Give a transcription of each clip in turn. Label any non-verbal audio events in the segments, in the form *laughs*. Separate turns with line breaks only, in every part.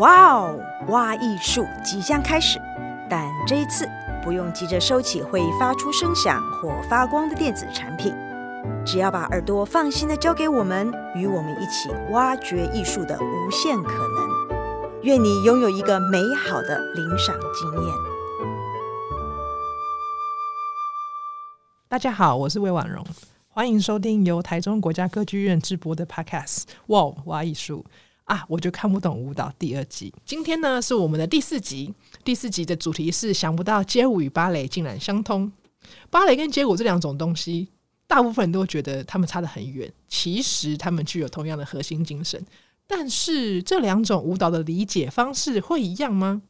哇哦，挖艺术即将开始，但这一次不用急着收起会发出声响或发光的电子产品，只要把耳朵放心的交给我们，与我们一起挖掘艺术的无限可能。愿你拥有一个美好的领赏经验。
大家好，我是魏婉容，欢迎收听由台中国家歌剧院直播的 Podcast《哇哇艺术》啊，我就看不懂舞蹈第二季。今天呢是我们的第四集，第四集的主题是想不到街舞与芭蕾竟然相通。芭蕾跟街舞这两种东西，大部分人都觉得他们差得很远，其实他们具有同样的核心精神。但是这两种舞蹈的理解方式会一样吗？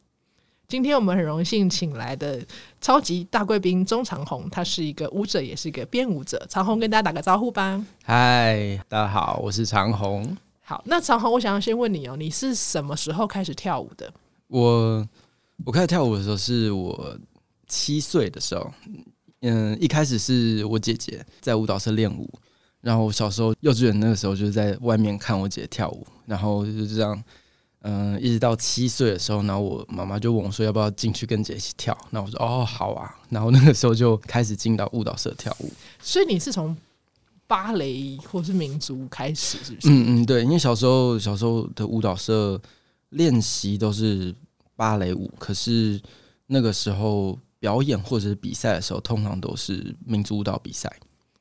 今天我们很荣幸请来的超级大贵宾钟长虹，他是一个舞者，也是一个编舞者。长虹跟大家打个招呼吧。
嗨，大家好，我是长虹。
好，那长虹，我想要先问你哦，你是什么时候开始跳舞的？
我我开始跳舞的时候是我七岁的时候，嗯，一开始是我姐姐在舞蹈社练舞，然后我小时候幼稚园那个时候就是在外面看我姐跳舞，然后就这样，嗯，一直到七岁的时候，然后我妈妈就问我说要不要进去跟姐一起跳，那我说哦好啊，然后那个时候就开始进到舞蹈社跳舞。
所以你是从芭蕾或是民族舞开始，是不是？
嗯嗯，对，因为小时候小时候的舞蹈社练习都是芭蕾舞，可是那个时候表演或者是比赛的时候，通常都是民族舞蹈比赛。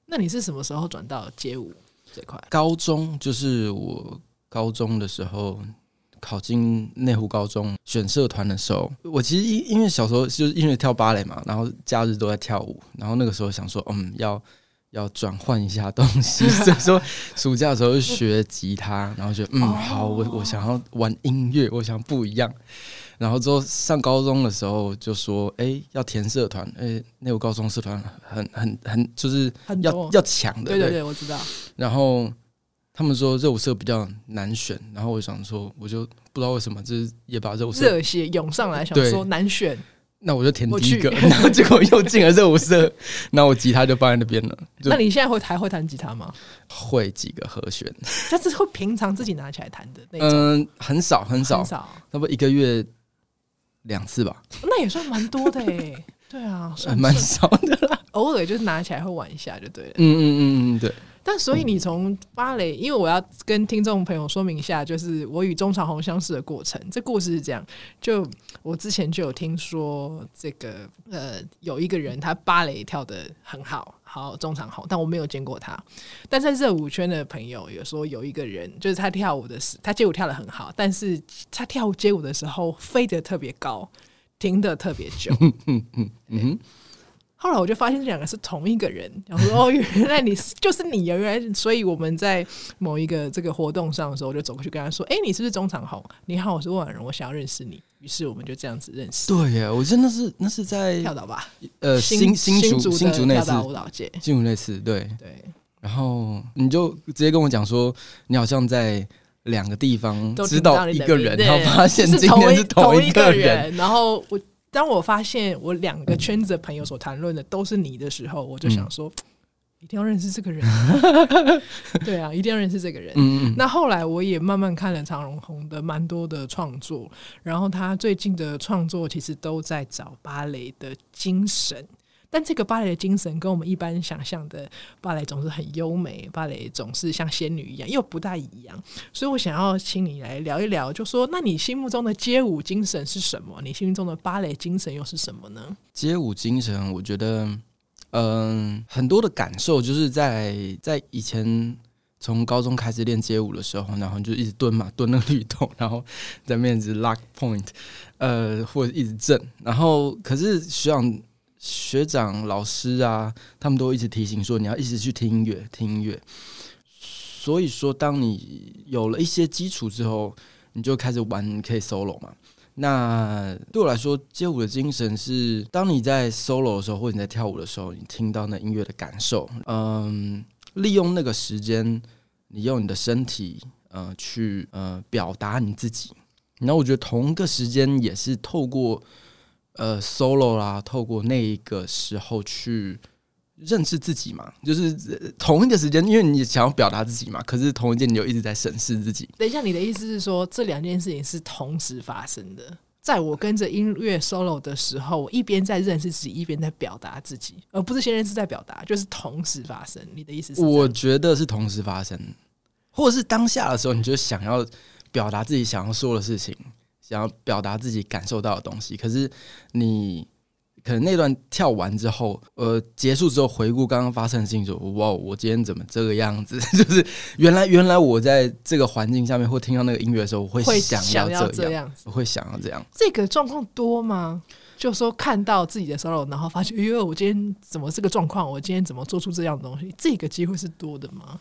那你是什么时候转到街舞这块？
高中就是我高中的时候考进内湖高中选社团的时候，我其实因因为小时候就是因为跳芭蕾嘛，然后假日都在跳舞，然后那个时候想说，嗯，要要转换一下东
*laughs*
西，所以说暑假的时候就学吉他，然后觉得嗯，好，我我想要玩音乐，我想不一样。然后之后上高中的时候就说，哎、要填社团，哎、内湖高中社团很很很就是
很多
要要强的，
对对对，我知道。
然后他们说热舞社比较难选，然后我想说，我就不知道为什么，就是也把热舞社，
热血涌上来，想
对
说难选。
那我就填
我
第一
去
个， *laughs* 然后结果又进了热舞社，那我吉他就放在那边了，就
那你现在会还会弹吉他吗？
会几个和弦，
但是会平常自己拿起来弹的那种，
嗯，很少很少，
很
差
少，
不多一个月两次吧，
那也算蛮多的
*laughs*
诶。对啊，
还
算
蛮
算
少的，
*laughs* 偶尔就是拿起来会玩一下就对了。
嗯嗯嗯嗯，对，
但所以你从芭蕾，因为我要跟听众朋友说明一下，就是我与钟长虹相识的过程。这故事是这样，就我之前就有听说，这个呃有一个人他芭蕾跳的很好，好钟长虹，但我没有见过他。但在热舞圈的朋友有说有一个人，就是他跳舞的时，他街舞跳的很好，但是他跳舞街舞的时候飞得特别高，停得特别久。
嗯哼。
后来我就发现这两个是同一个人，然后说哦，原来你是就是你，原来所以我们在某一个这个活动上的时候，我就走过去跟他说：“哎、你是不是中场红？你好，我是魏婉容，我想要认识你。”于是我们就这样子认
*laughs*
识，
对耶，我真的是那是在
跳蹈吧，
呃新
新
竹
竹
新
的
竹那
跳
次
蹈舞蹈界，
新竹那次对，
对，
然后你就直接跟我讲说，你好像在两个地方
都
知道
听
一
你的
个
名
人，
字
然后发现
就是
今
同
天
一
是同
一
个人。
人。然后我当我发现我两个圈子的朋友所谈论的都是你的时候，我就想
嗯
说，一定要认识这
*laughs*
个人，对啊，一定要认识这个人。
嗯，嗯
那后来我也慢慢看了常荣红的蛮多的创作，然后他最近的创作其实都在找芭蕾的精神，但这个芭蕾的精神跟我们一般想象的芭蕾总是很优美，芭蕾总是像仙女一样，又不大一样。所以我想要请你来聊一聊，就说那你心目中的街舞精神是什么？你心目中的芭蕾精神又是什么呢？
街舞精神，我觉得，嗯、很多的感受就是在在以前从高中开始练街舞的时候，然后就一直蹲嘛，蹲那个律动，然后在面一直 lock point，呃，或者一直震，然后可是学长、学长、老师啊，他们都一直提醒说你要一直去听音乐，听音乐。所以说，当你有了一些基础之后，你就开始玩，你可以 solo 嘛。那对我来说，街舞的精神是，当你在 solo 的时候，或者你在跳舞的时候，你听到那音乐的感受，嗯，利用那个时间，你用你的身体，呃，去呃表达你自己。然后我觉得同一个时间也是透过呃 solo 啦，透过那一个时候去认识自己嘛，就是呃同一个时间，因为你想要表达自己嘛，可是同一件你又一直在审视自己。
等一下，你的意思是说这两件事情是同时发生的？在我跟着音乐 solo 的时候，我一边在认识自己，一边在表达自己，而不是先认识再表达，就是同时发生。你的意思是这样？
我觉得是同时发生，或者是当下的时候，你就想要表达自己想要说的事情，想要表达自己感受到的东西。可是你可能那段跳完之后，呃，结束之后回顾刚刚发生的事情，说哇，我今天怎么这个样子？ *laughs* 就是原来原来我在这个环境下面，或听到那个音乐的时候，我会
会
想
想
要这
这
样，
样子，
我会想要这样。
这个状况多吗？就说看到自己的 solo，然后发现，因为我今天怎么这个状况，我今天怎么做出这样的东西，这个机会是多的吗？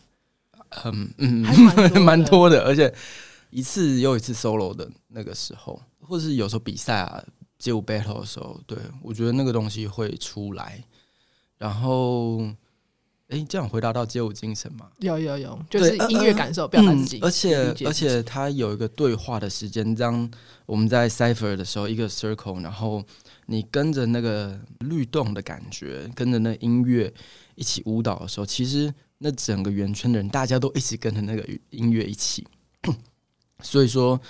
嗯嗯，
还蛮多的
*laughs* 蛮多的，而且一次又一次 solo 的那个时候，或是有时候比赛啊街舞 battle 的时候，对我觉得那个东西会出来。然后，哎、这样回答到街舞精神嘛，
有有有，就是
对呃
音乐感受，表达自己，
嗯而
理
且
解
而
自己
且它有一个对话的时间，当我们在 cipher 的时候，一个 circle，然后你跟着那个律动的感觉，跟着那音乐一起舞蹈的时候，其实那整个圆圈的人，大家都一起跟着那个音乐一起， *coughs* 所以说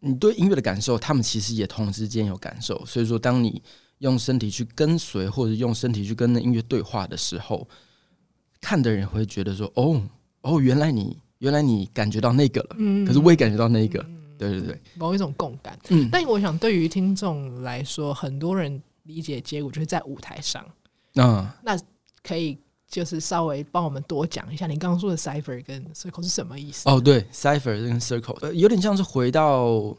你对音乐的感受，他们其实也同时间有感受，所以说当你用身体去跟随，或者用身体去跟那音乐对话的时候，看的人会觉得说：“哦，哦，原来你，原来你感觉到那个了，
嗯
可是我也感觉到那个。对对对，
某一种共感。
嗯，
但我想，对于听众来说，很多人理解街舞就是在舞台上，
那
可以就是稍微帮我们多讲一下你刚刚说的 cipher 跟 circle 是什么意思？
哦，对，cipher 跟 circle，呃，有点像是回到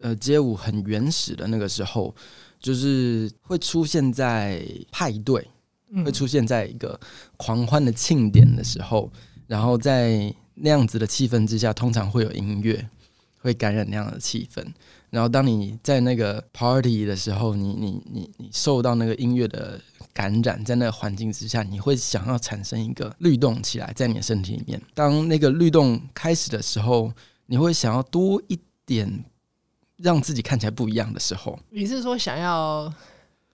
呃街舞很原始的那个时候，就是会出现在派对，
嗯
会出现在一个狂欢的庆典的时候，然后在那样子的气氛之下，通常会有音乐会感染那样的气氛。然后当你在那个 party 的时候，你你你你受到那个音乐的感染，在那个环境之下，你会想要产生一个律动起来在你的身体里面。当那个律动开始的时候，你会想要多一点让自己看起来不一样的时候，
你是说想要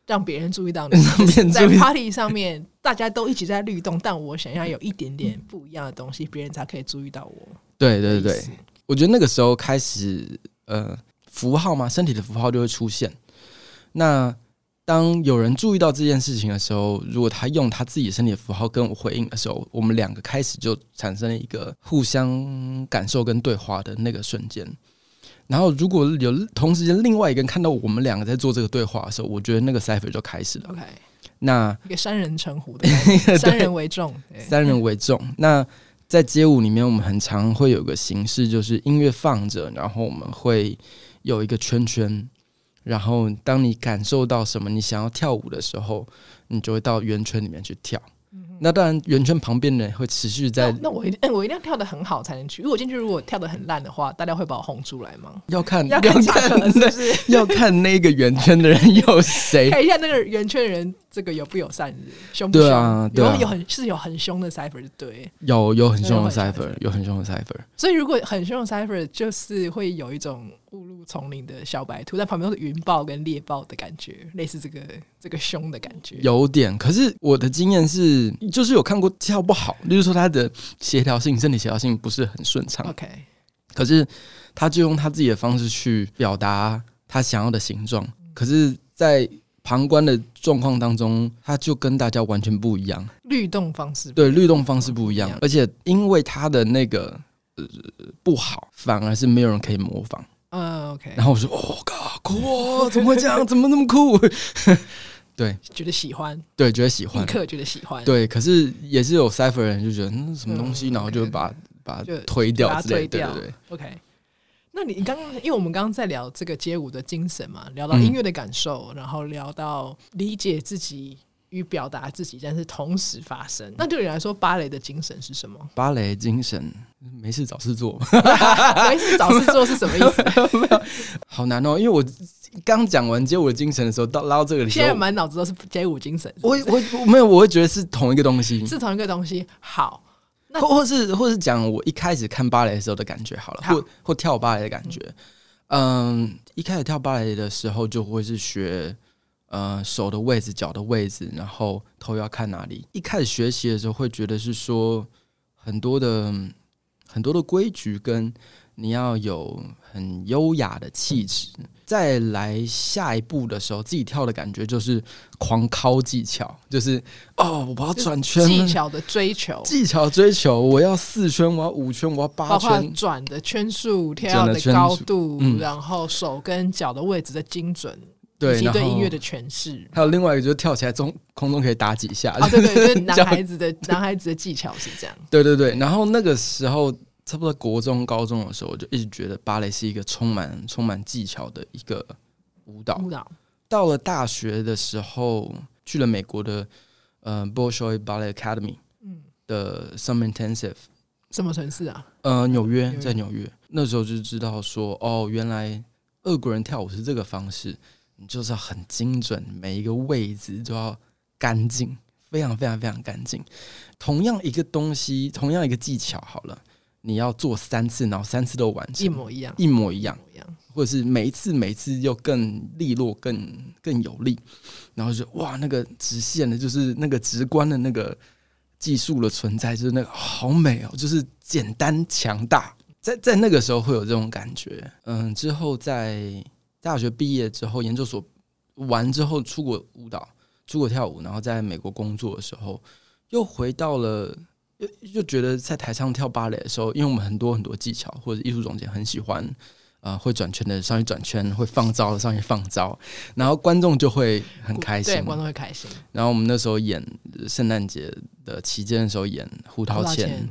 让别人注意
*laughs*
到你
别人
在
注意
party 上面，大家都一起在律动，但我想要有一点点不一样的东西，别人才可以注意到我。
对对
的
对
意，思
我觉得那个时候开始，呃，符号嘛，身体的符号就会出现。那当有人注意到这件事情的时候，如果他用他自己身体的符号跟我回应的时候，我们两个开始就产生了一个互相感受跟对话的那个瞬间。然后，如果有同时间另外一个人看到我们两个在做这个对话的时候，我觉得那个 cipher 就开始了。
OK，
那
一个三人成虎的概
*laughs*
念，三人为重。对
三人为重。那在街舞里面，我们很常会有个形式，就是音乐放着，然后我们会有一个圈圈，然后当你感受到什么你想要跳舞的时候，你就会到圆圈里面去跳。
嗯
那当然，圆圈旁边的人会持续在
*laughs* 那那我一定，哎我一定要跳的很好才能去。如果进去，如果跳的很烂的话，大家会把我轰出来吗？
要看
*laughs* 要看场合是不哎
对
是？
*laughs* 要看那个圆圈的人有
*laughs*
谁，
看一下那个圆圈人这个友不友善，凶不凶？
对啊对啊
有有很是有很凶的 cipher 就对。
有有很凶的
有很凶
cipher，
的
有很凶的 cipher。
所以如果很凶的 cipher，就是会有一种误入丛林的小白兔，但旁边都是云豹跟猎豹的感觉，类似这个这个凶的感觉。
有点，可是我的经验是，就是有看过跳不好，就是说他的协调性、身体协调性不是很顺畅，
OK，
可是他就用他自己的方式去表达他想要的形状，可是，在旁观的状况当中，他就跟大家完全不一样，
律动方式
对，律动方式不一样
不一样，
而且因为他的那个呃不好，反而是没有人可以模仿。
嗯 OK，
然后我说：“哦，靠，酷哦，怎么会这样？怎么那么酷？” *laughs* 对
觉得喜欢，
对，觉得喜欢
立，刻觉得喜欢，，
对，可是也是有 cipher 人就觉得那什么东西，
嗯
然后就会把把它
就
推
把
掉
它
之类
推
的，
掉
对对？
OK，那你刚刚，因为我们刚刚在聊这个街舞的精神嘛，聊到音乐的感受，然后聊到理解自己与表达自己，但是同时发生。那对你来说，芭蕾的精神是什么 *laughs*
芭蕾精神，没事找事做，
没事找事做是什么意
*laughs*
思？
好难哦。因为我刚讲完街舞的精神的时候，到拉到这个的时
现在
候，
满脑子都是街舞精神，
我我我没有，我会觉得是同一个东西，
是同一个东西。好，那
或或是或是讲我一开始看芭蕾的时候的感觉好了，
好
或或跳芭蕾的感觉。嗯，一开始跳芭蕾的时候就会是学呃手的位置、脚的位置，然后头要看哪里。一开始学习的时候会觉得是说很多的很多的规矩跟你要有很优雅的气质。再来下一步的时候，自己跳的感觉就是狂敲技巧，就是哦，我要转圈了，
技巧的追求，
技巧追求，我要四圈，我要五圈，我要八
包括
圈，
转的圈数、跳
转的
的
圈数
高度，
嗯
然后手跟脚的位置的精准，以
对，
及
然后
对音乐的诠释。
还有另外一个就是跳起来中空中可以打几下，
哦，对对，就是
这
男
样
孩子的男孩子的技巧是这样。
*laughs* 对对对，然后那个时候差不多国中、高中的时候，我就一直觉得芭蕾是一个充满充满技巧的一个舞蹈。
舞蹈
到了大学的时候，去了美国的呃 Bolshoi Ballet Academy，
嗯
的 Summer Intensive，
什么城市啊？
呃，纽约
纽，约
在纽约。那时候就知道说，哦，原来俄国人跳舞是这个方式，你就是要很精准，每一个位置都要干净，非常非常非常干净。同样一个东西，同样一个技巧，好了，你要做三次，然后三次都完成，
一模一样，
一模一
一
样，
模一样。
或者是每一次每一次又更利落、更更有力，然后就哇，那个直线的，就是那个直观的那个技术的存在，就是那个好美哦，就是简单强大，在在那个时候会有这种感觉。嗯，之后在大学毕业之后，研究所完之后出国舞蹈，出国跳舞，然后在美国工作的时候，又回到了。又又觉得在台上跳芭蕾的时候，因为我们很多很多技巧，或者艺术总监很喜欢呃，会转圈的上去转圈，会放招的上去放招，然后观众就会很开心
对，。观众会开心。
然后我们那时候演呃圣诞节的期间的时候演胡桃
胡桃
钳
钳，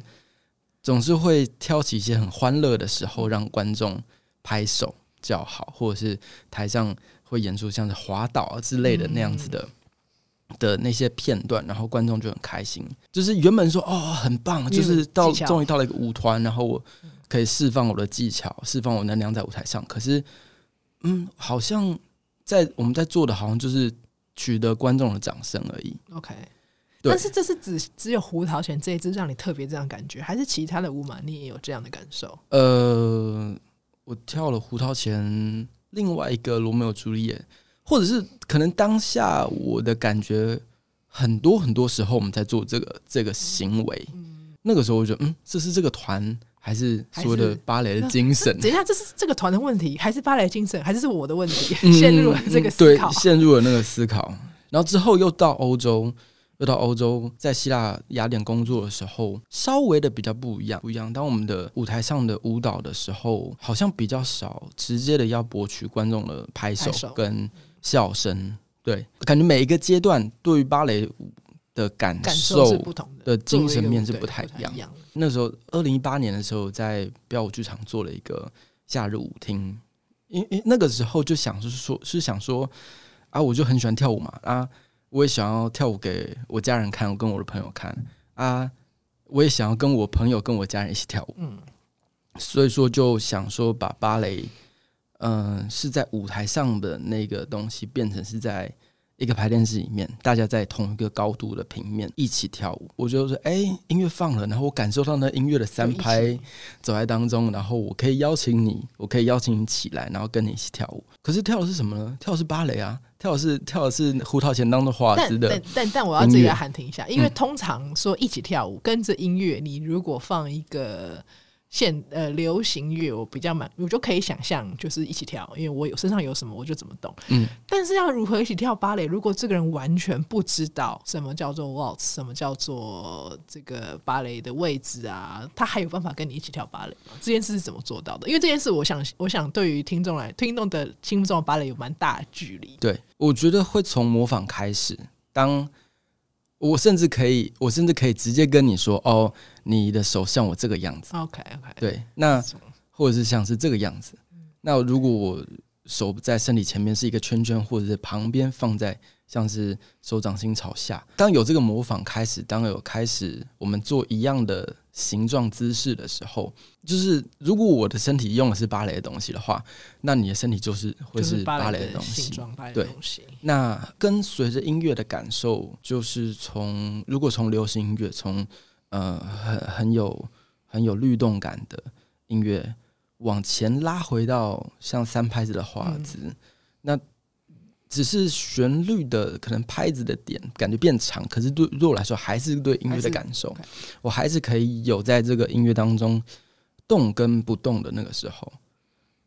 总是会挑起一些很欢乐的时候让观众拍手叫好，或者是台上会演出像是滑倒啊之类的
嗯
那样子的。的那些片段，然后观众就很开心。就是原本说哦很棒，就是到
嗯技巧
终于到了一个舞团，然后我可以释放我的技巧，释放我能量在舞台上。可是，嗯，好像在我们在做的，好像就是取得观众的掌声而已。
OK，
对
但是这是只只有胡桃钳这一支让你特别这样感觉，还是其他的舞马你也有这样的感受？
呃，我跳了胡桃钳，另外一个罗密欧朱丽叶，或者是可能当下我的感觉，很多很多时候我们在做这个这个行为，那个时候我就觉得，嗯，这是这个团还是所谓
还
的
是
芭
*laughs*
蕾的精神？啊
等一下，这是这个团的问题，还是芭蕾精神，还是是我的问题？
嗯
陷入了这个思考
对，。陷入了那个思考。然后之后又到欧洲，又到欧洲，在希腊雅典工作的时候，稍微的比较不一样，不一样。当我们的舞台上的舞蹈的时候，好像比较少直接的要博取观众的拍手
拍手
跟笑声。对，感觉每一个阶段对于芭蕾舞的感
感受是
受
不同的，
的精神面
作为一个
是不太一
对
样
一样的。
那时候，二零一八年的时候，在标舞剧场做了一个夏日舞厅，因因那个时候就想是说，是想说啊，我就很喜欢跳舞嘛，啊，我也想要跳舞给我家人看，我跟我的朋友看啊，我也想要跟我朋友跟我家人一起跳舞，
嗯，
所以说就想说把芭蕾，嗯、是在舞台上的那个东西变成是在一个排练室里面，大家在同一个高度的平面一起跳舞。我就是哎、音乐放了，然后我感受到那音乐的三
就一
拍
起
走在当中，然后我可以邀请你，我可以邀请你起来，然后跟你一起跳舞。可是跳的是什么呢？跳的是芭蕾啊，跳的是跳的是胡桃钳当中华尔兹
但
的
但但但我要这
音
里
乐
要喊停一下，因为
嗯
通常说一起跳舞、跟着音乐，你如果放一个现呃流行乐，我比较满，我就可以想象就是一起跳，因为我有身上有什么我就怎么动。
嗯，
但是要如何一起跳芭蕾？如果这个人完全不知道什么叫做 waltz，什么叫做这个芭蕾的位置啊，他还有办法跟你一起跳芭蕾吗？这件事是怎么做到的？因为这件事，我想，我想对于听众来，听众的心中的芭蕾有蛮大的距离。
对，我觉得会从模仿开始。当我甚至可以，我甚至可以直接跟你说：“哦，你的手像我这个样子。
OK OK，”
对，那
这种
或者是像是这个样子。
嗯
那如果我手在身体前面是一个圈圈，或者是旁边放在像是手掌心朝下，当有这个模仿开始，当有开始我们做一样的形状姿势的时候，就是如果我的身体用的是芭蕾的东西的话，那你的身体就是会
就是芭
芭蕾
的
的东
形
西。
状，芭蕾的
对
东西。
那跟随着音乐的感受，就是从如果从流行音乐，从呃很很有很有律动感的音乐
嗯
往前拉回到像三拍子的华尔兹，那只是旋律的可能拍子的点感觉变长，可是对对我来说还是对音乐的感受
还是，
我还是可以有在这个音乐当中动跟不动的那个时候，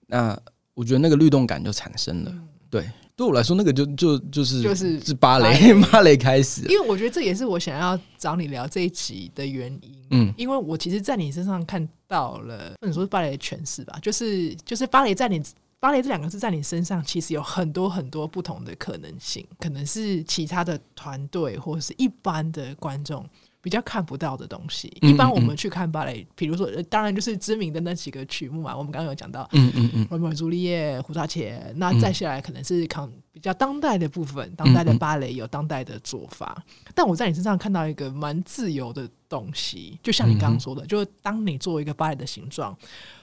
那我觉得那个律动感就产生了。对，对我来说那个就就就是
嗯就是
是芭
芭
蕾 *laughs* 芭蕾开始，
因为我觉得这也是我想要找你聊这一集的原因。
嗯
因为我其实，在你身上看到了，或者说是芭蕾的诠释吧，就是就是芭蕾在你芭蕾这两个字在你身上，其实有很多很多不同的可能性，可能是其他的团队或者是一般的观众比较看不到的东西。
嗯
一般我
嗯嗯
们去看芭蕾，比如说，呃当然就是知名的那几个曲目嘛，我们刚刚有讲到，
嗯嗯嗯，
罗密欧与朱丽叶、胡莎切，那再下来可能是康比较当代的部分，当代的芭蕾有当代的做法。但我在你身上看到一个蛮自由的东西，就像你刚刚说的，就是当你做一个芭蕾的形状，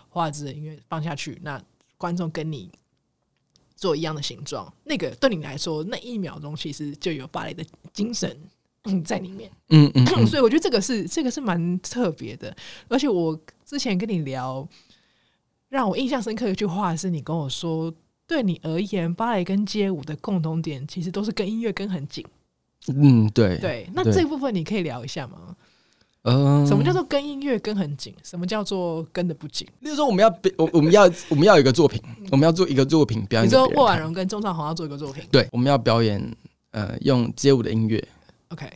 画质音乐放下去，那观众跟你做一样的形状，那个对你来说那一秒钟其实就有芭蕾的精神嗯在里面。
嗯嗯，嗯
*coughs* *clears throat* 所以我觉得这个是这个是蛮特别的。而且我之前跟你聊，让我印象深刻的一句话是你跟我说，对你而言，芭蕾跟街舞的共同点其实都是跟音乐跟很紧。
嗯，对，
对，那
对
这部分你可以聊一下吗？
嗯，
什么叫做跟音乐跟很紧？什么叫做跟的不紧？
例如说我们要表，我我们要我们要有一个作品，我们要做一个作品表
嗯你
演给别
说
人看。
霍婉容跟钟长红要做一个作品
对，我们要表演呃用街舞的音乐，
，OK，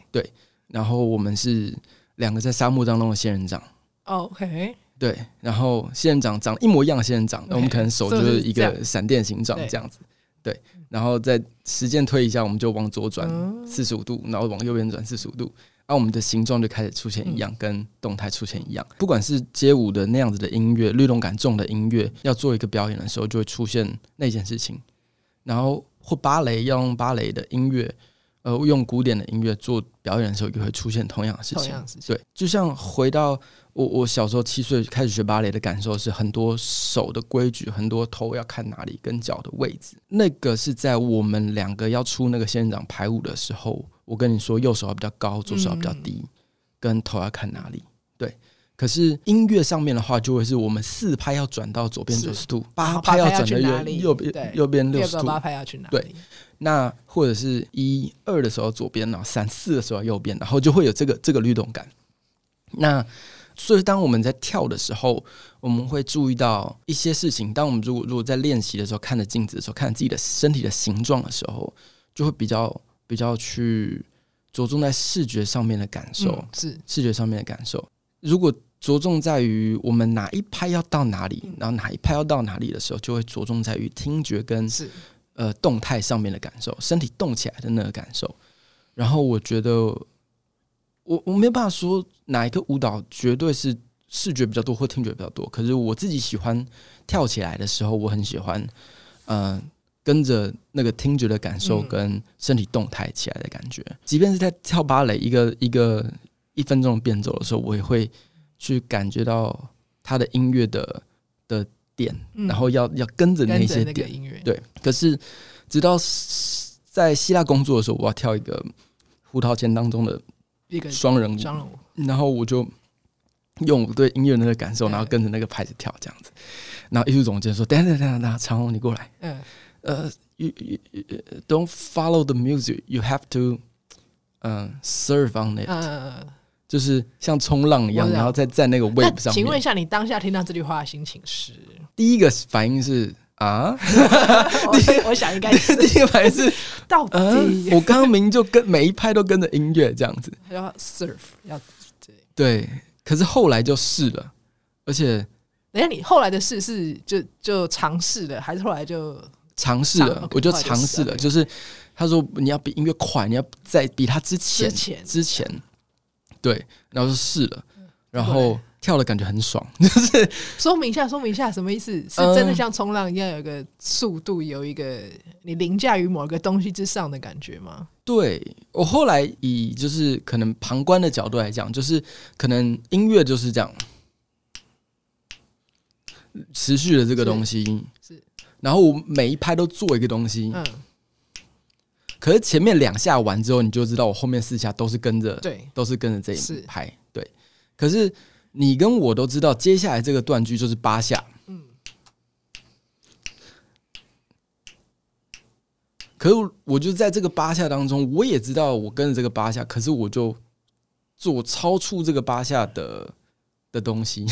然后我们是两个在沙漠当中的仙人掌，
哦，OK，
对，然后仙人掌长一模一样的仙人掌，那我们
OK，
可能手就
手就是
是一
这
个
样
闪电形状
对
这样子，对，然后再时间推一下，我们就往左转
嗯
四十五度，然后往右边转四十五度。然后我们的形状就开始出现
嗯
一样，跟动态出现一样。不管是街舞的那样子的音乐，律动感重的音乐，要做一个表演的时候，就会出现那件事情。然后或芭蕾要用芭蕾的音乐，呃，用古典的音乐做表演的时候，也会出现同样的事
同
情
样的事。情
对，就像回到我我小时候七岁开始学芭蕾的感受是，很多手的规矩，很多头要看哪里，跟脚的位置，那个是在我们两个要出那个仙人掌排舞的时候，我跟你说，右手要比较高，左手要
嗯
比较低，跟头要看哪里。对，可是音乐上面的话，就会是我们四拍要转到左边
是
九十度，
然
八
后八拍
要
要
转
去
到
哪
右
里
右
对
边右边
第
六
二
十
个
度，
八拍要去哪
对
里？
那或者是一二的时候左边，然后三四的时候右边，然后就会有这个这个律动感。那所以当我们在跳的时候，我们会注意到一些事情。当我们如果如果在练习的时候，看着镜子的时候，看着自己的身体的形状的时候，就会比较比较去着重在视觉上面的感受。
嗯是
视觉上面的感受。如果着重在于我们哪一拍要到哪里
嗯，
然后哪一拍要到哪里的时候，就会着重在于听觉跟
是，
呃动态上面的感受，身体动起来的那个感受。然后我觉得，我我没有办法说哪一个舞蹈绝对是视觉比较多或听觉比较多，可是我自己喜欢跳起来的时候，我很喜欢，呃，跟着那个听觉的感受
嗯
跟身体动态起来的感觉。即便是在跳芭蕾一个一个一分钟的变奏的时候，我也会去感觉到它的音乐的的点，
嗯
然后要要跟着那
跟着
些
那个
点。
音乐，
对，可是直到是在希腊工作的时候，我要跳一个胡桃钳当中的
一个
双人舞，
双人舞，
然后我就用我对音乐的那个感受，
对
然后跟着那个拍子跳这样子。然后艺术总监说：“等一下等一下等一下等一下，长虹你过来，
嗯，
呃，you you you- don't follow the music, you have to 嗯、serve on it，、
呃，
就是像冲浪一样，
我知道
然后再在那个
那
wave 上
请问一
面。
下，你当下听到这句话的心情
*laughs*
是？
第一个反应是啊，
*laughs* 我我想应该是
第一个反应是
到底
*laughs* 嗯，我刚刚明明就跟每一拍都跟着音乐这样子，
要 serve 要对。
对。可是后来就试了，而且
等一下你后来的事是就就尝试了，还是后来就
尝试
尝
了
，OK，，
我就尝试
后来
了，
就
就是他说你要比音乐快，你要在比他之
之
前
前
之前，对，然后就试了，
嗯
然
对
后跳了感觉很爽，
说明一下，说明一下什么意思？是
嗯
真的像冲浪一样有一个速度，有一个你凌驾于某一个东西之上的感觉吗？
对我后来以就是可能旁观的角度来讲，就是可能音乐就是这样持续的这个
是
东西
是
然后我每一拍都做一个东西，
嗯，
可是前面两下完之后，你就知道我后面四下都是跟着，
对，
都是跟着这
是
一拍。对，可是你跟我都知道，接下来这个断句就是八下，
嗯，
可是我就在这个八下当中，我也知道我跟着这个八下，可是我就做超出这个八下的的东西，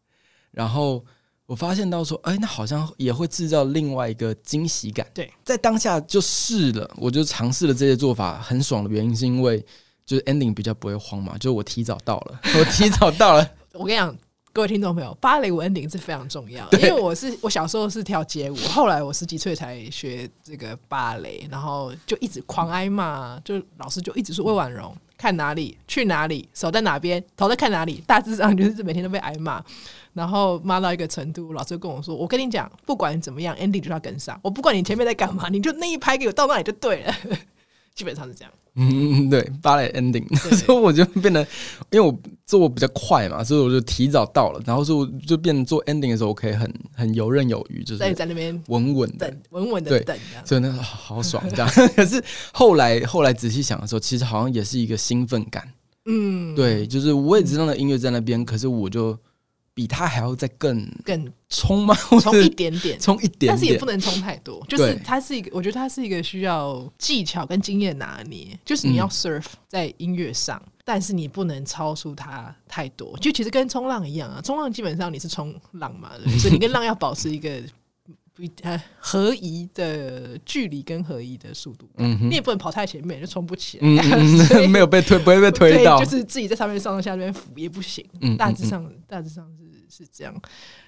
*laughs*
然后我发现到说，哎、那好像也会制造另外一个惊喜感。
对，
在当下就试了，我就尝试了这些做法，很爽的原因是因为就是 ending 比较不会慌嘛，就是我提早到了，我提早到了，
我跟你讲，各位听众朋友，芭蕾舞 ending 是非常重要，因为我是我小时候是跳街舞，后来我十几岁才学这个芭蕾，然后就一直狂挨骂，就老师就一直说魏婉容看哪里去哪里，手在哪边，头在看哪里，大致上就是每天都被挨骂，然后骂到一个程度，老师就跟我说：“我跟你讲，不管怎么样，ending 就要跟上，我不管你前面在干嘛，你就那一拍给我到那里就对了。” *laughs* 基本上是这样，
嗯，对，芭蕾 ending，
对
*laughs* 所以我就变得，因为我做比较快嘛，所以我就提早到了，然后所以我就变得做 ending 的时候，我可以很很游刃有余，就是
在在那边
稳稳的，
等，稳稳的
对
等，这样
所以那时候好爽这样。 *laughs* 可是后来后来仔细想的时候，其实好像也是一个兴奋感，
嗯，
对，就是我也知道那音乐在那边，可是我就比他还要再更
更
冲吗？ *laughs* 或
冲一
是
点点，
冲一点
但是也
点
不，能冲太多，就是
对
它是一个，我觉得它是一个需要技巧跟经验拿捏，就是你要
嗯
surf 在音乐上，但是你不能超出它太多。就其实跟冲浪一样啊，冲浪基本上你是冲浪嘛，对不
*laughs*
对所以你跟浪要保持一个不呃合宜的距离跟合宜的速度，
嗯哼
你也不能跑太前面就冲不起来。
嗯嗯
所以 *laughs*
嗯，没有被推，不会被推到，
对，就是自己在上面上下那边扶也不行。
嗯
大致
嗯嗯
上，大致上是是这样。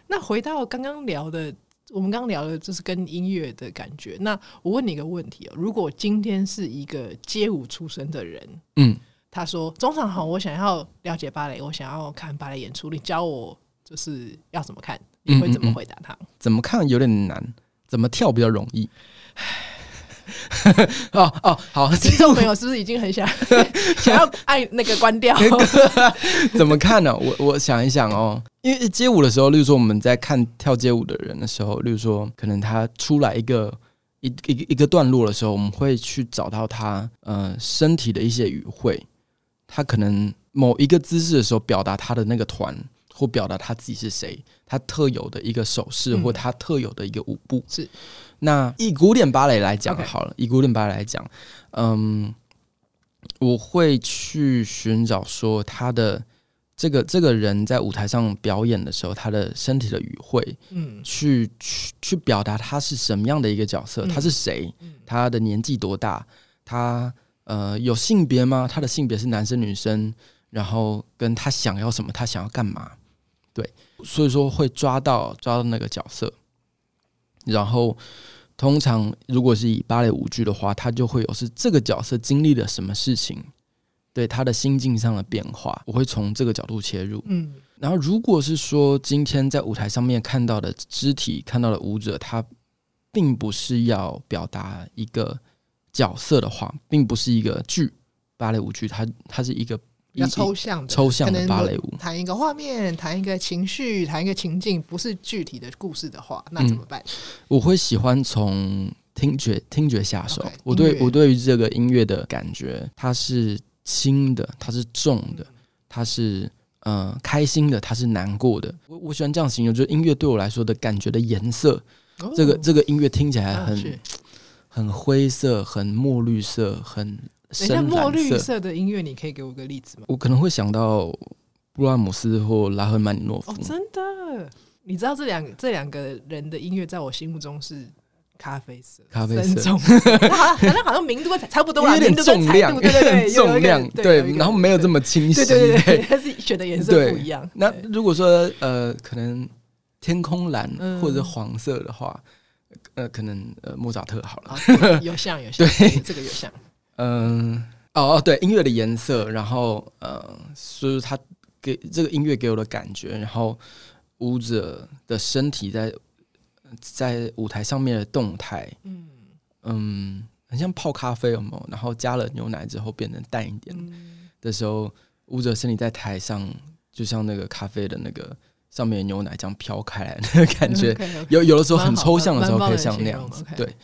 那回到刚刚聊的，我们刚刚聊的就是跟音乐的感觉。那我问你一个问题哦，如果今天是一个街舞出身的人，
嗯。
他说：“中场好，我想要了解芭蕾，我想要看芭蕾演出，你教我就是要怎么看？”你
嗯
会怎么回答他？ *laughs*
怎么看有点难，怎么跳比较容易。哦哦，好，
听众朋友是不是已经很
*laughs*
想想要按那个关掉？
怎么看呢、我我想一想哦，因为街舞的时候，例如说我们在看跳街舞的人的时候，例如说可能他出来一个一一个一个段落的时候，我们会去找到他呃身体的一些语汇，他可能某一个姿势的时候表达他的那个团。或表达他自己是谁，他特有的一个手势，
嗯
或他特有的一个舞步。
是
那以古典芭蕾来讲
OK
好了，以古典芭蕾来讲，嗯，我会去寻找说他的这个这个人在舞台上表演的时候，他的身体的语汇，
嗯
去去去表达他是什么样的一个角色，
嗯
他是谁
嗯，
他的年纪多大，他呃有性别吗？他的性别是男生女生，然后跟他想要什么，他想要干嘛，对，所以说会抓到抓到那个角色，然后。通常，如果是以芭蕾舞剧的话，他就会有是这个角色经历了什么事情，对他的心境上的变化，我会从这个角度切入。
嗯
然后，如果是说今天在舞台上面看到的肢体、看到的舞者，他并不是要表达一个角色的话，并不是一个剧芭蕾舞剧，它它是一个
比较
一
抽象的，
抽象
可
的
能
芭
有
蕾舞。
谈一个画面，谈一个情绪，谈一个情境，不是具体的故事的话，那
嗯
怎么办？
我会喜欢从听觉听觉下手
OK，
我
音
对
乐
我对于这个音乐的感觉，它是轻的，它是重的，它是。呃，开心的，它是难过的。我我喜欢这样形容，就是音乐对我来说的感觉的颜色。
哦
这个这个音乐听起来
啊
很、
是
很灰色、很墨绿色、很
等一下
深
墨
蓝
绿
色。
色的音乐，你可以给我个例子吗？
我可能会想到布拉姆斯或拉赫曼尼诺夫
哦，，真的，你知道这两这两个人的音乐在我心目中是咖啡色，
咖啡
深
色
棕色， *laughs* 那好像好像好像明度跟彩差不多啦，啊
有点
明度跟
重
彩
量，
度，
有
对对
*laughs*
对，
点重量，
对，有一个
然后没有这。么清
对
晰。
对对对对，但是选的颜色
对
不一样。
那
对
如果说呃，可能天空蓝
嗯
或者黄色的话，呃，可能呃莫扎特好了。
啊有像有像，对这个有像。
嗯，哦哦，对，音乐的颜色，然后呃，就是它给这个音乐给我的感觉，然后舞者的身体在在舞台上面的动态，
嗯
嗯，很像泡咖啡，有没有？然后加了牛奶之后变得淡一点
嗯
的时候，舞者身体在台上，就像那个咖啡的那个上面的牛奶这样飘开来，那个感觉，
OK，OK
*laughs* 有有的时候
嗯蛮
很
好
抽象的时候
蛮
可
棒的
以像那
形
样
容
子
，OK，
对。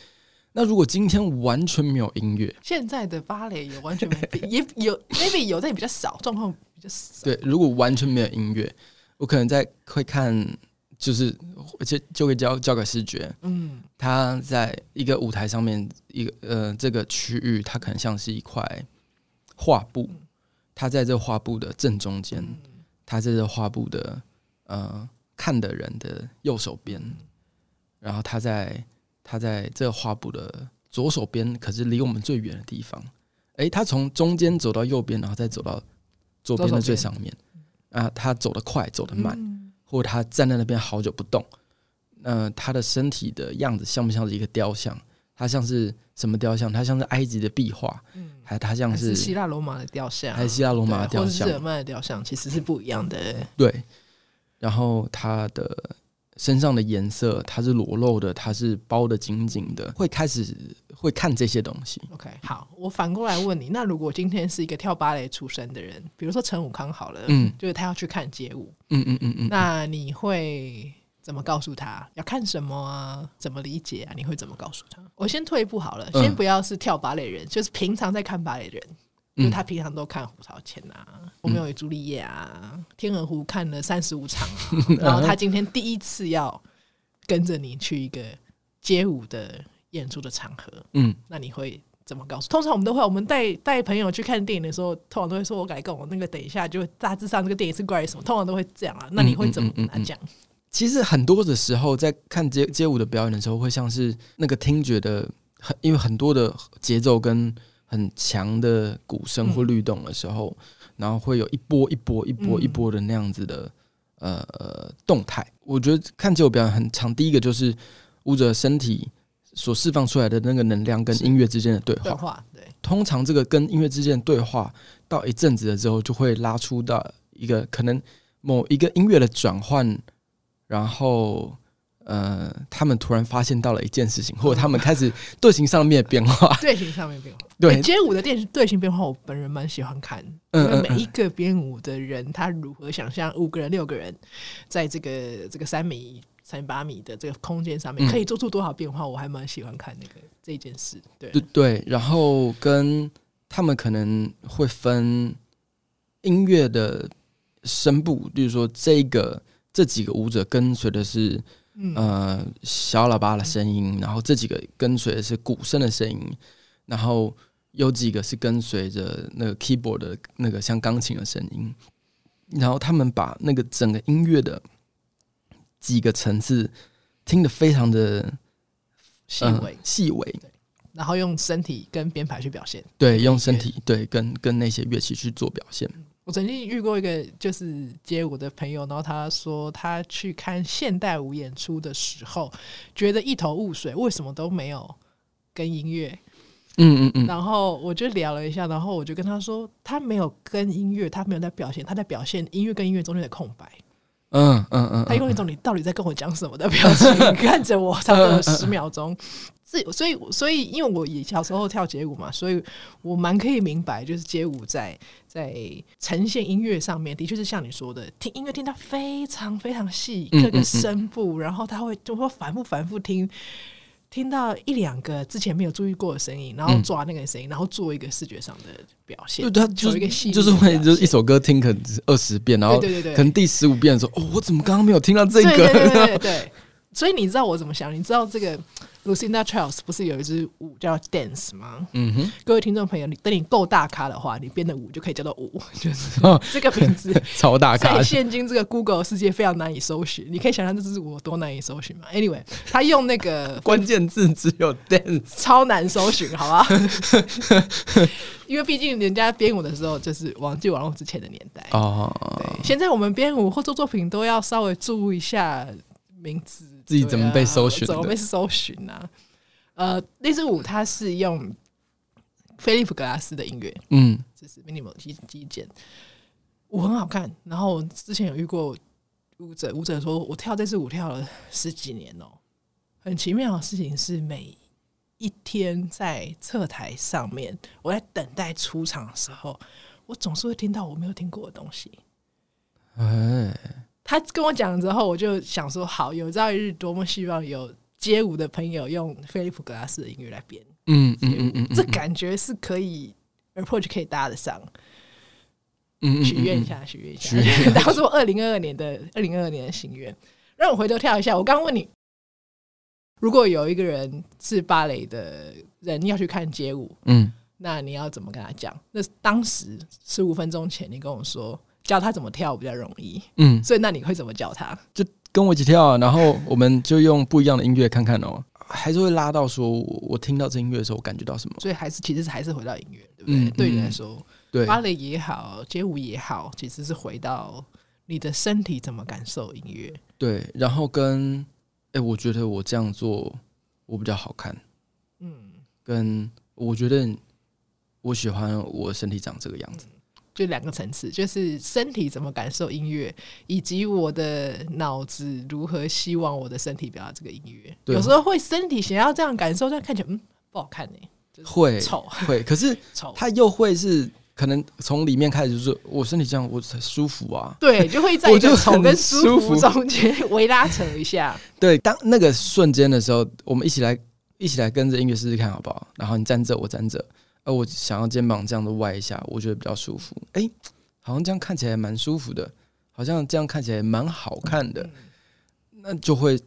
那如果今天完全没有音乐，
现在的芭蕾有完全没也有 maybe 有，但也比较少，状况比较少。
对，如果完全没有音乐，我可能在会看，就是就就会交交给视觉，
嗯，
它在一个舞台上面，一个呃这个区域，它可能像是一块画布，它在这画布的正中间，
嗯
它在这画布的呃看的人的右手边，然后它在它在这画布的左手边，可是离我们最远的地方，诶，它从中间走到右边，然后再走到左边的最上面，嗯啊，它走得快，走得慢，
嗯
或者他站在那边好久不动，那他的身体的样子像不像是一个雕像？他像是什么雕像？他像是埃及的壁画，嗯还他像
还是
是
希腊罗马的雕像，啊
还是希腊罗马的
对
雕
或者是
像
日？耳曼的雕像，其实是不一样的。
对，然后他的身上的颜色，它是裸露的，它是包的紧紧的，会开始会看这些东西。
OK，好，我反过来问你，那如果今天是一个跳芭蕾出身的人，比如说陈武康好了，
嗯
就是他要去看街舞，
嗯嗯嗯嗯，
那你会怎么告诉他要看什么啊？怎么理解啊？你会怎么告诉他？我先退一步好了，
嗯
先不要是跳芭蕾人，就是平常在看芭蕾人，就
嗯
是他平常都看胡桃钳啊、我们有朱丽叶啊、天鹅湖看了三十五场啊、
*laughs*
然后他今天第一次要跟着你去一个街舞的演出的场合，
嗯，
那你会怎么告诉？通常我们都会，我们带带朋友去看电影的时候，通常都会说：“我改跟我那个等一下，就大致上这个电影是关于什么。”通常都会这样
嗯
啊。那你会怎么跟他讲？
其实很多的时候，在看街街舞的表演的时候，会像是那个听觉的，很因为很多的节奏跟很强的鼓声或律动的时候，然后会有一波一波一波
嗯
一波的那样子的、呃呃动态。我觉得看街舞表演很长，第一个就是舞者身体所释放出来的那个能量跟音乐之间的对
对
话。
话对，，
通常这个跟音乐之间的对话，到一阵子了之后，就会拉出到一个可能某一个音乐的转换，然后呃，他们突然发现到了一件事情，或者他们开始 *laughs* 队形上面的变化
队形上面变化。
对
欸街舞的电队形变化，我本人蛮喜欢看，因
嗯
为
嗯
每一个编舞的人，他如何想象五个人、六个人在这个这个三米。三八米的这个空间上面，
嗯
可以做出多少变化？我还蛮喜欢看那个这件事。对，
对嗯对，然后跟他们可能会分音乐的声部，例如说这个这几个舞者跟随的是
嗯，
呃小喇叭的声音，然后这几个跟随的是鼓声的声音，然后有几个是跟随着那个 keyboard 的那个像钢琴的声音，然后他们把那个整个音乐的几个层次听得非常的
细
呃
微，
细微，
然后用身体跟编排去表现。
对，用身体对跟跟那些乐器去做表现，
我曾经遇过一个就是街舞的朋友，然后他说他去看现代舞演出的时候，觉得一头雾水，为什么都没有跟音乐？
嗯嗯嗯，
然后我就聊了一下，然后我就跟他说，他没有跟音乐，他没有在表现，他在表现音乐跟音乐中间的空白。
嗯嗯嗯
他
嗯，
用一种你到底在跟我讲什么的表
*laughs*
情看着我，差不多有十秒
嗯
钟。这所以所以，因为我也小时候跳街舞嘛，所以我蛮可以明白，就是街舞在在呈现音乐上面，的确是像你说的，听音乐听到非常非常细，
嗯
各
嗯
个
嗯
声部，然后他会就会反复反复听。听到一两个之前没有注意过的声音，然后
嗯
抓那个声音，然后做一个视觉上的表现
就，他就
有一个细
是
腻
就是
的
会
表
就是
现
一首歌听可能二十遍，然后
对对对对
可能第十五遍的时候，哦，我怎么刚刚没有听到这个？
对对对对对。所以你知道我怎么想？你知道这个 Lucinda Charles 不是有一支舞叫 Dance 吗？
嗯哼，
各位听众朋友，你等你够大咖的话，你编的舞就可以叫做舞， *laughs* 就是
*laughs* 哦
这个名字
超大咖
在，现今这个 Google 世界非常难以搜寻。你可以想象这支舞有多难以搜寻吗？Anyway，他用那个 *laughs*
关键字只有 dance。
超难搜寻，好吧？ *laughs* 因为毕竟人家编舞的时候就是网际网络之前的年代，
哦，
现在我们编舞或做作品都要稍微注意一下名字，
自己怎么被搜寻
对啊怎
的
么被搜寻啊？呃，那支舞它是用菲利普格拉斯的音乐，
嗯
就是 minimal 极极简，舞很好看。然后我之前有遇过舞者，舞者说我跳这支舞跳了十几年哦、很奇妙的事情是每。一天在侧台上面，我在等待出场的时候，我总是会听到我没有听过的东西。
哎，
他跟我讲之后，我就想说，好，有朝一日多么希望有街舞的朋友用菲利普格拉斯的音乐来编，
嗯嗯嗯嗯，嗯
这感觉是可以 approach 可以搭得上，
嗯嗯嗯
许愿一下，许愿一
许愿一
下，*laughs*
下
当做二零二二年的二零二二年的心愿。让我回头跳一下，我刚问你，如果有一个人是芭蕾的人要去看街舞，
嗯，
那你要怎么跟他讲？那当时十五分钟前你跟我说教他怎么跳比较容易，
嗯，
所以那你会怎么教他？
跟我一起跳、啊，然后我们就用不一样的音乐看看哦，还是会拉到说我我听到这音乐的时候，我感觉到什么？
所以还是其实还是回到音乐，对不对？
嗯
对你
嗯
来说，
对，
芭蕾也好，街舞也好，其实是回到你的身体怎么感受音乐。
对，然后跟哎、诶我觉得我这样做我比较好看，
嗯，
跟我觉得我喜欢我身体长这个样子。
嗯就两个层次，就是身体怎么感受音乐，以及我的脑子如何希望我的身体表达这个音乐。
对
有时候会身体想要这样感受，但看起来嗯不好看哎、
会
丑
*laughs* 会，可是
丑。
他又会是可能从里面开始就是我身体这样我才舒服啊。
对，就会在一
我
个
就
丑
很
跟舒
舒
服
服
中间 *laughs* 微拉扯一下。
对，当那个瞬间的时候，我们一起来一起来跟着音乐试试看好不好？然后你站着，我站着，呃，我想要肩膀这样的歪一下，我觉得比较舒服。哎、好像这样看起来蛮舒服的，好像这样看起来蛮好看
嗯
的，那就会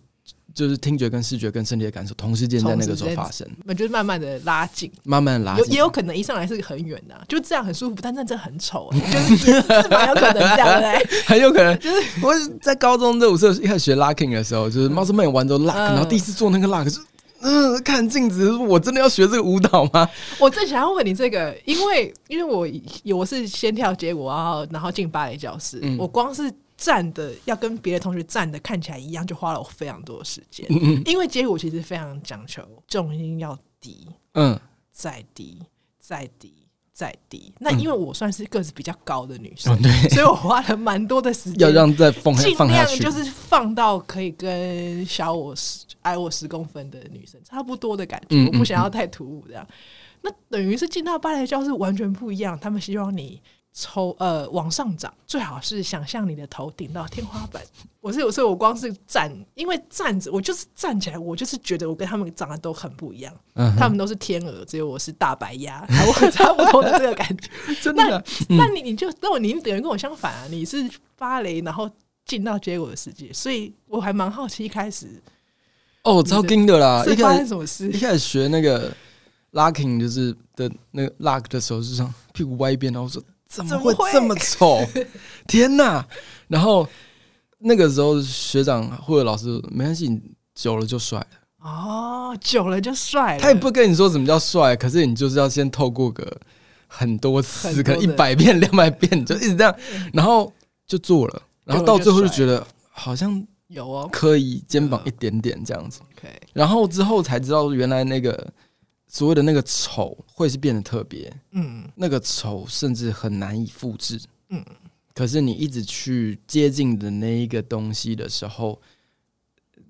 就是听觉跟视觉跟身体的感受同时间在那个时候发生，
我就是慢慢的拉近，
慢慢拉
有
近
也。有可能一上来是很远的啊、就这样很舒服，但那真的很丑、欸，就是也是蛮有可能这样的、欸。
很有可能，我在高中热舞社一开始学 locking 的时候，就是 m u s c l Man 玩着 lock，、
嗯
然后第一次做那个 lock 是，嗯、看镜子，我真的要学这个舞蹈吗？
我正想要问你这个，因为因为我以我是先跳街舞，然后然后进芭蕾教室，
嗯
我光是站的要跟别的同学站的看起来一样，就花了我非常多的时间。
嗯嗯
*laughs* 因为街舞其实非常讲求重心要低，
嗯，
再低，再低，再低。那因为我算是个子比较高的女生，
嗯哦对
所以我花了蛮多的时间，
要让再放
尽
放下
量
去，
就是放到可以跟小我十矮我十公分的女生差不多的感觉，
嗯嗯
我不想要太突兀这样。那等于是进到芭蕾教室完全不一样，他们希望你抽呃往上涨，最好是想象你的头顶到天花板。我是有时候我光是站，因为站着我就是站起来，我就是觉得我跟他们长得都很不一样，
嗯哼
他们都是天鹅，只有我是大白鸭，我差不多的这个感觉。
*laughs* 真嗯
那那你你就那我你等于跟我相反啊，你是芭蕾，然后进到街舞的世界，所以我还蛮好奇一开始
哦，超
的
硬的啦！
是
一
发
开
生
始
什么事
一。开始学那个 locking 就是的那个 lock 的时候，就是这样屁股歪一边，然后我说怎么
怎么
会
会
这么
*laughs*
丑？天哪！然后那个时候学长或者老师没关系，你久了就帅了。
哦，久了就帅了，
他也不跟你说什么叫帅，可是你就是要先透过个很
很多
多次，
的
可能一百遍、两百遍，你就一直这样，然后就做了，然后到最后就觉得好像
有哦。
可以肩膀一点点这样子，
OK，
然后之后才知道原来那个所谓的那个丑会是变得特别，
嗯
那个丑甚至很难以复制。
嗯
嗯，可是你一直去接近的那一个东西的时候，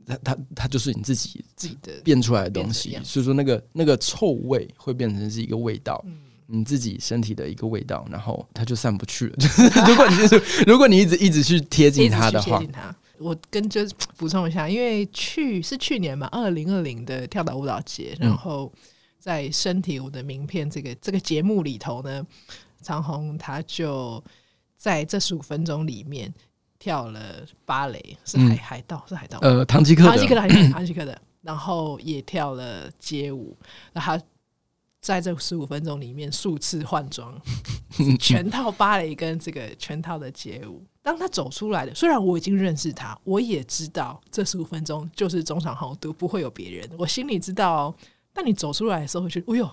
它它它就是你自己
自己的
变出来的
变
东
成
西
样，
所以说那个那个臭味会变成是一个味道，
嗯
你自己身体的一个味道，然后它就散不去了。 *laughs* 就是如果你就是如果你一直一直去贴
一
近
直
它的
去
话
接，近他。我跟就是补充一下，因为去是去年嘛，二零二零的跳岛舞蹈节，
嗯
然后在身体我的名片这个这个节目里头呢，长虹他就在这十五分钟里面跳了芭蕾，是海、
嗯
海盗，是海盗，
呃，唐吉诃
唐
德，
吉诃德还是唐吉诃德，然后也跳了街舞，然后他在这十五分钟里面数次换装，全套芭蕾跟这个全套的街舞。当他走出来的，虽然我已经认识他，我也知道这十五分钟就是中场豪赌，不会有别人。我心里知道、哦，但你走出来的时候，会觉得，哎呦，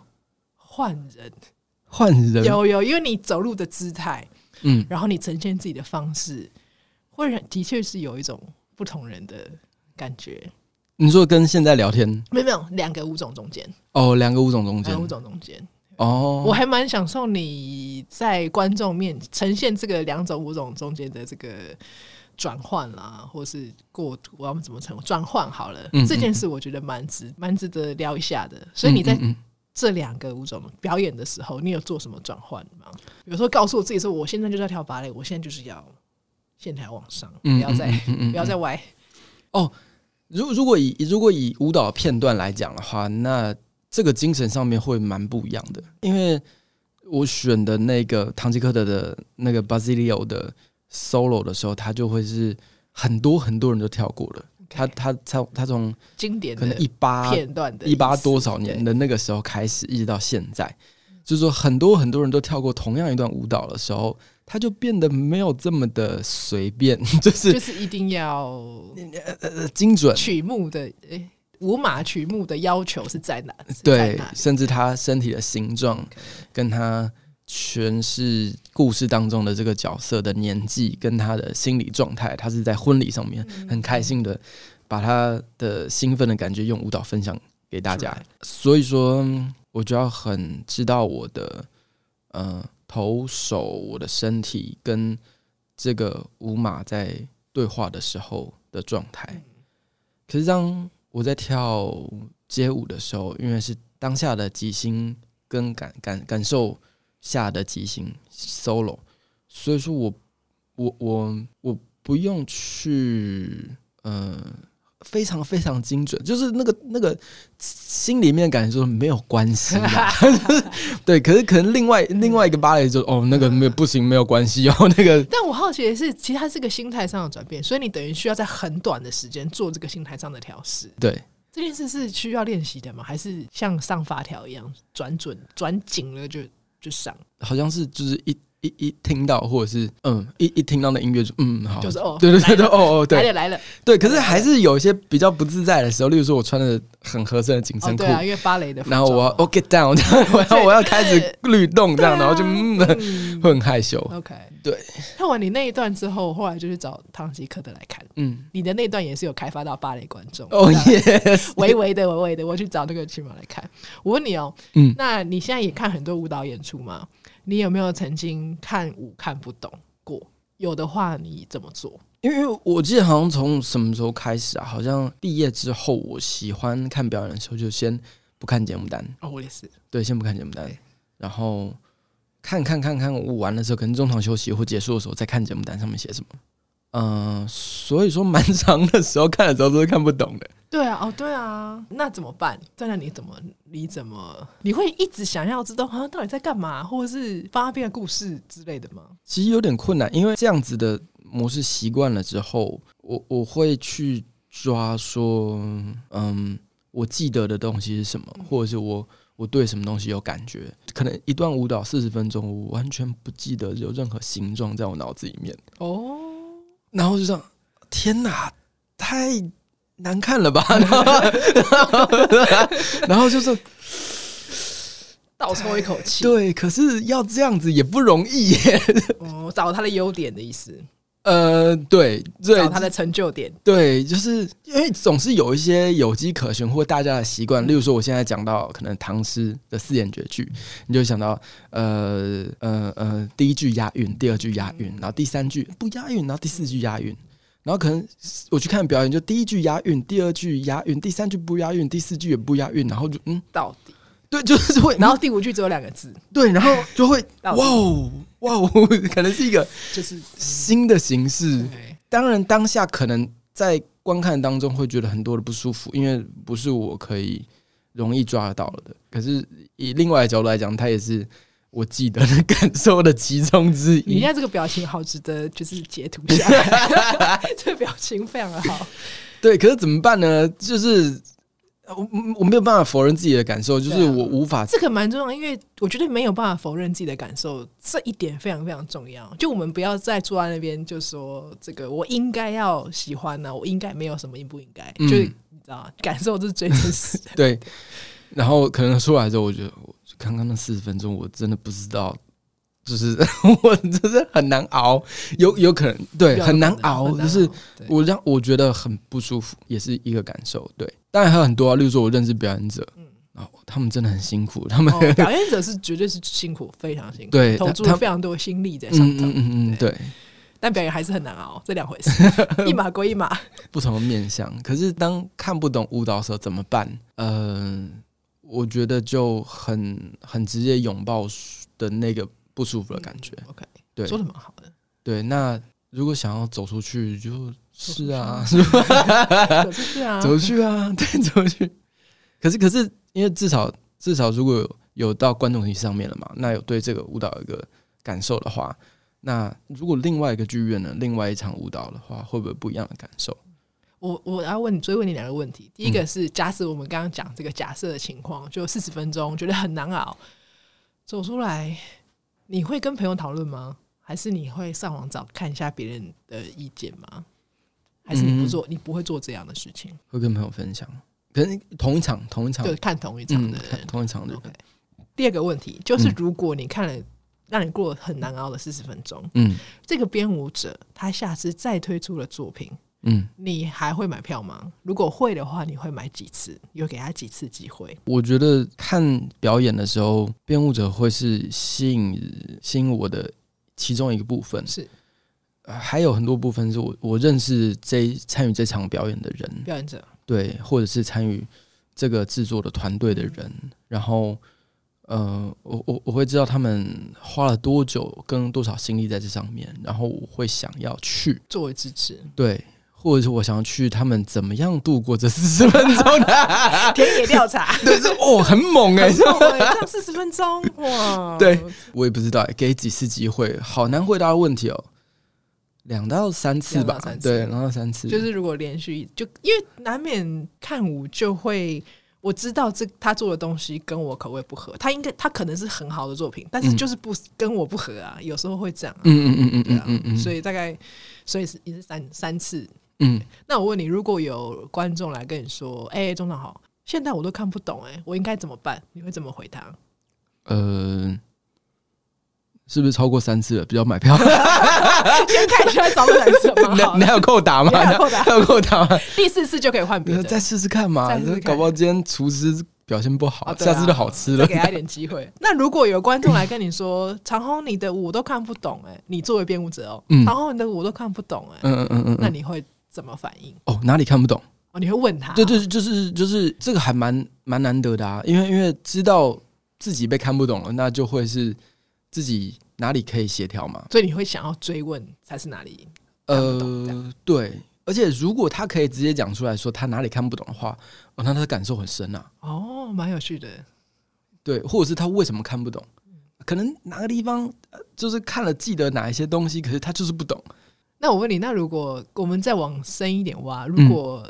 换人，
*laughs* 换人，
有有，因为你走路的姿态，
嗯，
然后你呈现自己的方式，会让的确是有一种不同人的感觉。
你说跟现在聊天
没有没有，两个五种中间，
哦，两个物种中间
两啊个五种中间，
哦，
我还蛮享受你在观众面呈现这个两种五种中间的这个转换啦，或是过渡，我要怎么称呼转换好了，
嗯
这件事我觉得蛮值蛮值得聊一下的。所以你在
嗯嗯嗯
这两个舞种表演的时候，你有做什么转换吗？比如说告诉我自己说，我现在就在跳芭蕾，我现在就是要线条往上，不
嗯
要再
嗯嗯嗯嗯
不要再歪，
如如果以如果以舞蹈片段来讲的话，那这个精神上面会蛮不一样的，因为我选的那个唐吉诃德的那个 Basilio 的 solo 的时候，它就会是很多很多人都跳过了，他他他他从
经典
可
的
能一八
片段的
一八
意思
多少年
对
的那个时候开始，一直到现在，就是说很多很多人都跳过同样一段舞蹈的时候，他就变得没有这么的随便， *laughs* 就是
就是一定要
呃精准，
曲目的诶舞马曲目的要求是在哪？是在
对
哪，里
甚至他身体的形状，跟他诠释故事当中的这个角色的年纪，跟他的心理状态，他是在婚礼上面很开心的，把他的兴奋的感觉用舞蹈分享给大家
出来。
所以说，嗯我就要很知道我的，呃，头手、我的身体跟这个舞马在对话的时候的状态。可是当我在跳街舞的时候，因为是当下的即兴跟感感感受下的即兴 solo，所以说我我我我不用去呃非常非常精准，就是那个那个心里面感受没有关
*laughs*
系啦， *laughs* 对，可是可能另外
嗯
另外一个芭蕾就哦那个没有不行没有关系哦 *laughs* 那个
但我好奇的是，其实它是个心态上的转变，所以你等于需要在很短的时间做这个心态上的调试。
对。
这件事是需要练习的吗？还是像上发条一样转准转紧了就就上？
好像是就是一一一听到，或者是嗯一一听到那音乐就嗯好，
就是哦
对对对
来
对，
了
哦哦
来
对
了来了，
对，可是还是有一些比较不自在的时候，例如说我穿的很合身的紧
哦
身裤，
对啊，因为芭蕾的服
然后我要
装嘛
哦 get
*laughs*
down，我要我要开始律动这样，然后就嗯
啊嗯
会很害羞，
OK
对。
看完你那一段之后，后来就是找唐吉诃德来看
嗯，
你的那段，也是有开发到芭蕾观众
哦
这样
耶，
*laughs* 微微的微微的，我去找那个群马来看。我问你哦，
嗯
那你现在也看很多舞蹈演出吗？你有没有曾经看舞看不懂过？有的话，你怎么做？
因为我记得好像从什么时候开始啊，好像毕业之后，我喜欢看表演的时候就先不看节目单，
哦，我也是，
对，先不看节目单
对，
然后看看看看我完的时候，可能中场休息或结束的时候再看节目单上面写什么。嗯、所以说蛮长的时候看的时候都是看不懂的。
对啊，哦，对啊，那怎么办？在那你怎么，你怎么，你会一直想要知道啊，到底在干嘛，或者是发边的故事之类的吗？
其实有点困难，因为这样子的模式习惯了之后，我我会去抓说，嗯，我记得的东西是什么，或者是我我对什么东西有感觉。可能一段舞蹈四十分钟，我完全不记得有任何形状在我脑子里面。
哦，
然后就这样，天哪，太难看了吧？然后，然后就是
倒抽一口气，
对，可是要这样子也不容易耶。
哦，找他的优点的意思，
呃，对，对
找，他的成就点，
对，就是因为总是有一些有迹可循或大家的习惯，例如说我现在讲到可能唐诗的四言绝句，你就会想到呃呃呃，第一句押韵，第二句押韵，然后第三句不押韵，然后第四句押韵。然后可能我去看表演，就第一句押韵，第二句押韵，第三句不押韵，第四句也不押韵，然后就嗯，
到底，
对，就是会，
然后第五句只有两个字，
对，然后就会哇
到底
哦哇哦， *laughs* 可能是一个
就是
新的形式，
对
当然，当下可能在观看当中会觉得很多的不舒服，因为不是我可以容易抓得到的。可是以另外的角度来讲，它也是我记得的感受的其中之
你
一
现。在这个表情好值得，就是截图下 *laughs* 来，这个表情非常的好。
对，可是怎么办呢？就是呃我我没有办法否认自己的感受，就是
对啊
我无法
这个蛮重要，因为我觉得没有办法否认自己的感受，这一点非常非常重要。就我们不要再坐在那边就说这个我应该要喜欢呢、我应该没有什么应不应该，
嗯。
就是你知道吗，感受是最真实 *laughs* 的
对。然后可能出来之后，我觉得我刚刚那四十分钟，我真的不知道。就是 *laughs* 我，就是很难熬，有有可能对很难熬，
很难
就是
对
我让我觉得很不舒服，也是一个感受。对，当然还有很多啊，例如说我认识表演者，嗯，然后他们真的很辛苦，他们、
哦，表演者是绝对是辛苦，非常辛苦，
对
投注
他
了非常多的心力
*laughs*
在上
嗯
头，
嗯嗯嗯，对，
但表演还是很难熬，这两 *laughs* 回事，一码归一码。
不同的面向。可是当看不懂舞蹈的时候怎么办？嗯、我觉得就很很直接拥抱的那个不舒服的感觉。
嗯 OK，
对
说的蛮好的。
对，那如果想要走出去，就是
*laughs*
啊， *laughs*
可是啊，
走去啊， *laughs* 对，走去。可是可是，因为至少至少如果有有到观众席上面了嘛，那有对这个舞蹈有一个感受的话，那如果另外一个剧院呢，另外一场舞蹈的话，会不会不一样的感受？
我我要问你追问你两个问题。第一
嗯
个是，假使我们刚刚讲这个假设的情况，就四十分钟觉得很难熬，走出来，你会跟朋友讨论吗？还是你会上网找看一下别人的意见吗？还是你不
嗯
做，你不会做这样的事情？
会跟朋友分享。可能同一场，同一场，
就看同一场
嗯，
的人
看。同一场的
OK
人，。
第二个问题就是，
嗯
如果你看了让你过了很难熬的四十分钟，
嗯
这个编舞者他下次再推出了作品，
嗯，
你还会买票吗？如果会的话，你会买几次？有给他几次机会？
我觉得看表演的时候，编舞者会是吸引吸引我的其中一个部分，
是
呃还有很多部分是我我认识这参与这场表演的人，
表演者，
对，或者是参与这个制作的团队的人，然后。呃，我我我会知道他们花了多久跟多少心力在这上面，然后我会想要去，
作为支持，
对，或者是我想要去他们怎么样度过这四十分钟 *laughs* 的，
*laughs* 田野调查，
对，是哦，很猛哎、
哦喂这样四十分 *laughs* 钟，哇，
对，我也不知道、给几次机会，好难回答的问题哦，两到三次吧
两到三，次
对，两到三次，
就是如果连续就因为难免看舞就会。我知道这他做的东西跟我口味不合，他应该他可能是很好的作品，但是
嗯
就是不、跟我不合啊，有时候会这样、啊，
嗯嗯嗯嗯
对
嗯
啊，
嗯嗯，
所
以
以大概所以是也是三三次
嗯，
那我问你，如果有观众来跟你说：“哎、钟长好，现在我都看不懂、哎，我应该怎么办？”你会怎么回他？
呃，是不是超过三次了？比较买
*laughs*
票，
先看一下少了男生吗？
你 *laughs*
好
你还有扣
*laughs*
打吗？
你还有扣打
你还有扣
*laughs*
打吗？
第四次就可以换别的，
再试试看嘛
再，试试看
搞不好今天厨师表现不好，
哦对啊
下次就好吃
再
了
给。他一点机会。那如果有观众来跟你说：“长虹，你的舞我都看不懂、哎，你作为编舞者哦，
嗯
长虹你的舞我都看不懂、哎、
嗯嗯嗯嗯
那
嗯，
你会怎么反应？
哦，哪里看不懂？
哦，你会问他？
对，对，就是就是这个还蛮蛮难得的啊，因为因为知道自己被看不懂了，那就会是自己哪里可以协调嘛。
所以你会想要追问才是哪里？看不懂这
呃，对，而且如果他可以直接讲出来说他哪里看不懂的话，哦，那他的感受很深啊。
哦，蛮有趣的，
对，或者是他为什么看不懂？可能哪个地方呃就是看了记得哪一些东西，可是他就是不懂。
那我问你，那如果我们再往深一点挖，
嗯
如果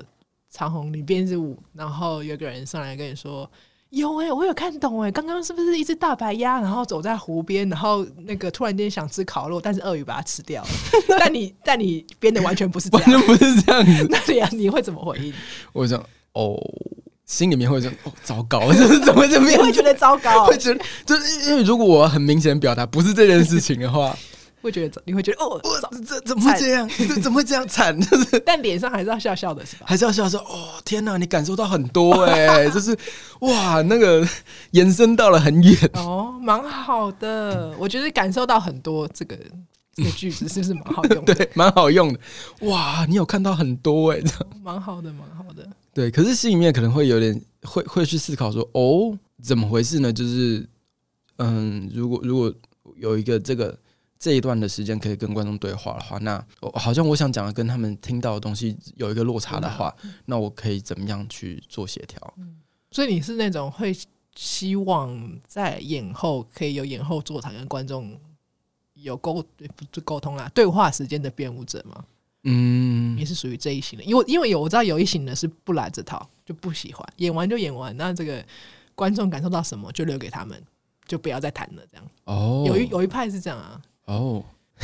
长虹里边是舞，然后有个人上来跟你说。有哎、我有看懂哎、刚刚是不是一只大白鸭，然后走在湖边，然后那个突然间想吃烤肉，但是鳄鱼把它吃
*laughs*
掉了。但你但你编的完全不是这
完全
样，
不是这样
*laughs*
子。
那对呀、你会怎么回
*laughs*
应？
我想，哦，心里面会说，哦，糟糕， *laughs* 就是怎么怎么
你
样
会觉得糟糕
*laughs*
啊
会，觉得，就是因为如果我很明显表达不是这件事情的话，
会觉得你会觉得哦，糟
我这怎么会这样？这怎么会这样惨？就是
但脸上还是要笑笑的，是吧？
还是要笑说，哦，天哪，你感受到很多哎、就是哇，那个延伸到了很远。 *laughs*
哦，蛮好的，我觉得感受到很多这个这个句子是不是蛮好用的？
*laughs* 对，蛮好用的。哇，你有看到很多哎、这样
蛮好的，蛮好的。
对，可是心里面可能会有点会会去思考说，哦，怎么回事呢？就是，嗯，如果如果有一个这个这一段的时间可以跟观众对话的话，那、哦、好像我想讲的跟他们听到的东西有一个落差的啊话，那我可以怎么样去做协调？
所以你是那种会希望在演后可以有演后座谈，跟观众有沟不是沟通啦，对话时间的编舞者吗？
嗯
你，是属于这一型的，因为因为有我知道有一型的是不来这套，就不喜欢演完就演完，那这个观众感受到什么就留给他们，就不要再谈了。这样
哦，
有一有一派是这样啊，
哦， *laughs*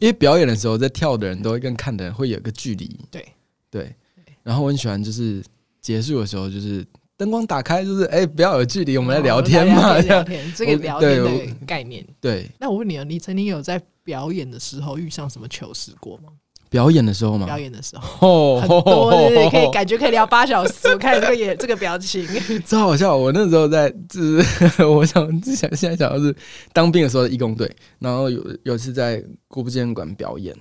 因为表演的时候，在跳的人都会跟看的人会有一个距离，
对
对。然后我很喜欢，就是结束的时候，就是灯光打开，就是哎、不要有距离，我们来聊天嘛，
聊
这
聊
样
天，这个聊
*laughs* 对
天
我
的概念。
对。
那我问你啊，你曾经有在表演的时候遇上什么糗事过吗？
表演的时候嘛，
表演的时候。
哦
很多，对对对，可以感觉可以聊八小时。我看这个也这个表情，
超好笑！我那时候在，就是我想之前现在想到是当兵的时候的义工队，然后有有一次在国父纪念馆表演，